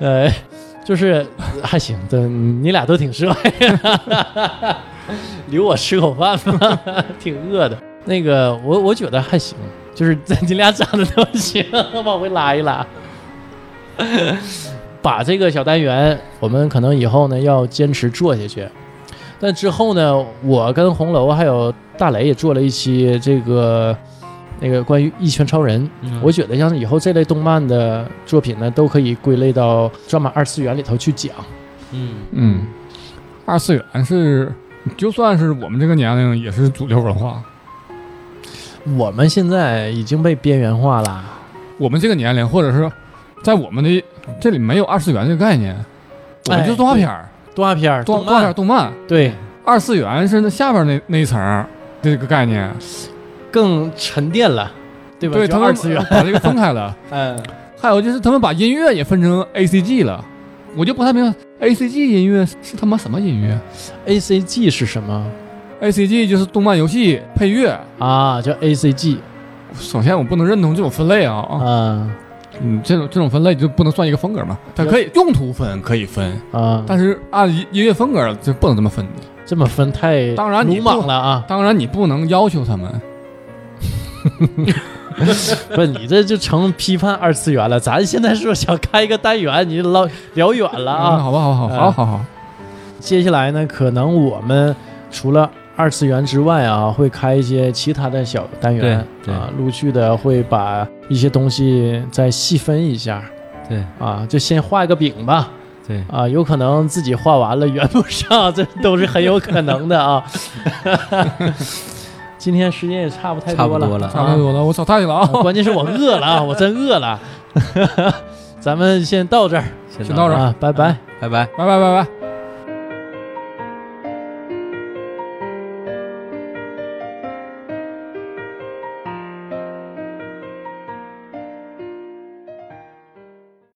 呃，就是还行，对，你俩都挺帅， (laughs) 留我吃口饭吧，挺饿的。那个，我我觉得还行，就是这你俩长得都行，往回拉一拉。把这个小单元，我们可能以后呢要坚持做下去。但之后呢，我跟红楼还有大雷也做了一期这个那个关于《一拳超人》嗯啊我觉得像以后这类动漫的作品呢，都可以归类到专门二次元里头去讲。嗯嗯，二次元是。就算是我们这个年龄，也是主流文化。我们现在已经被边缘化了，我们这个年龄，或者是在我们的这里没有二次元这个概念，我们就哎是动画片儿、动画片儿、动动画片儿、漫，动漫。对，二次元是那下边那那一层儿这个概念，更沉淀了，对吧？对就他们二次元，把这个分开了。嗯，还有就是他们把音乐也分成 A C G 了，我就不太明白 A C G 音乐是他妈什么音乐 A C G 是什么？A C G 就是动漫游戏配乐。啊？叫 A C G 首先我不能认同这种分类啊啊，啊嗯，这种这种分类就不能算一个风格嘛。它可以用途分，可以分，啊！但是按音音乐风格就不能这么分。这么分太当然你鲁莽了啊！当然你不能要求他们，不是你这就成批判二次元了。咱现在说想开一个单元，你老聊远了啊。嗯好吧，好吧好吧，好嗯好好，接下来呢，可能我们除了二次元之外啊，会开一些其他的小单元对对啊，陆续的会把一些东西再细分一下对啊，就先画一个饼吧对，啊，有可能自己画完了圆不上，这都是很有可能的啊。 (laughs) 今天时间也差不太多了，差不多了啊差不多了，我找太去了啊，关键是我饿了 (laughs) 啊，我真饿了。咱们先到这儿先先到这儿啊，拜拜。拜拜。拜拜拜拜。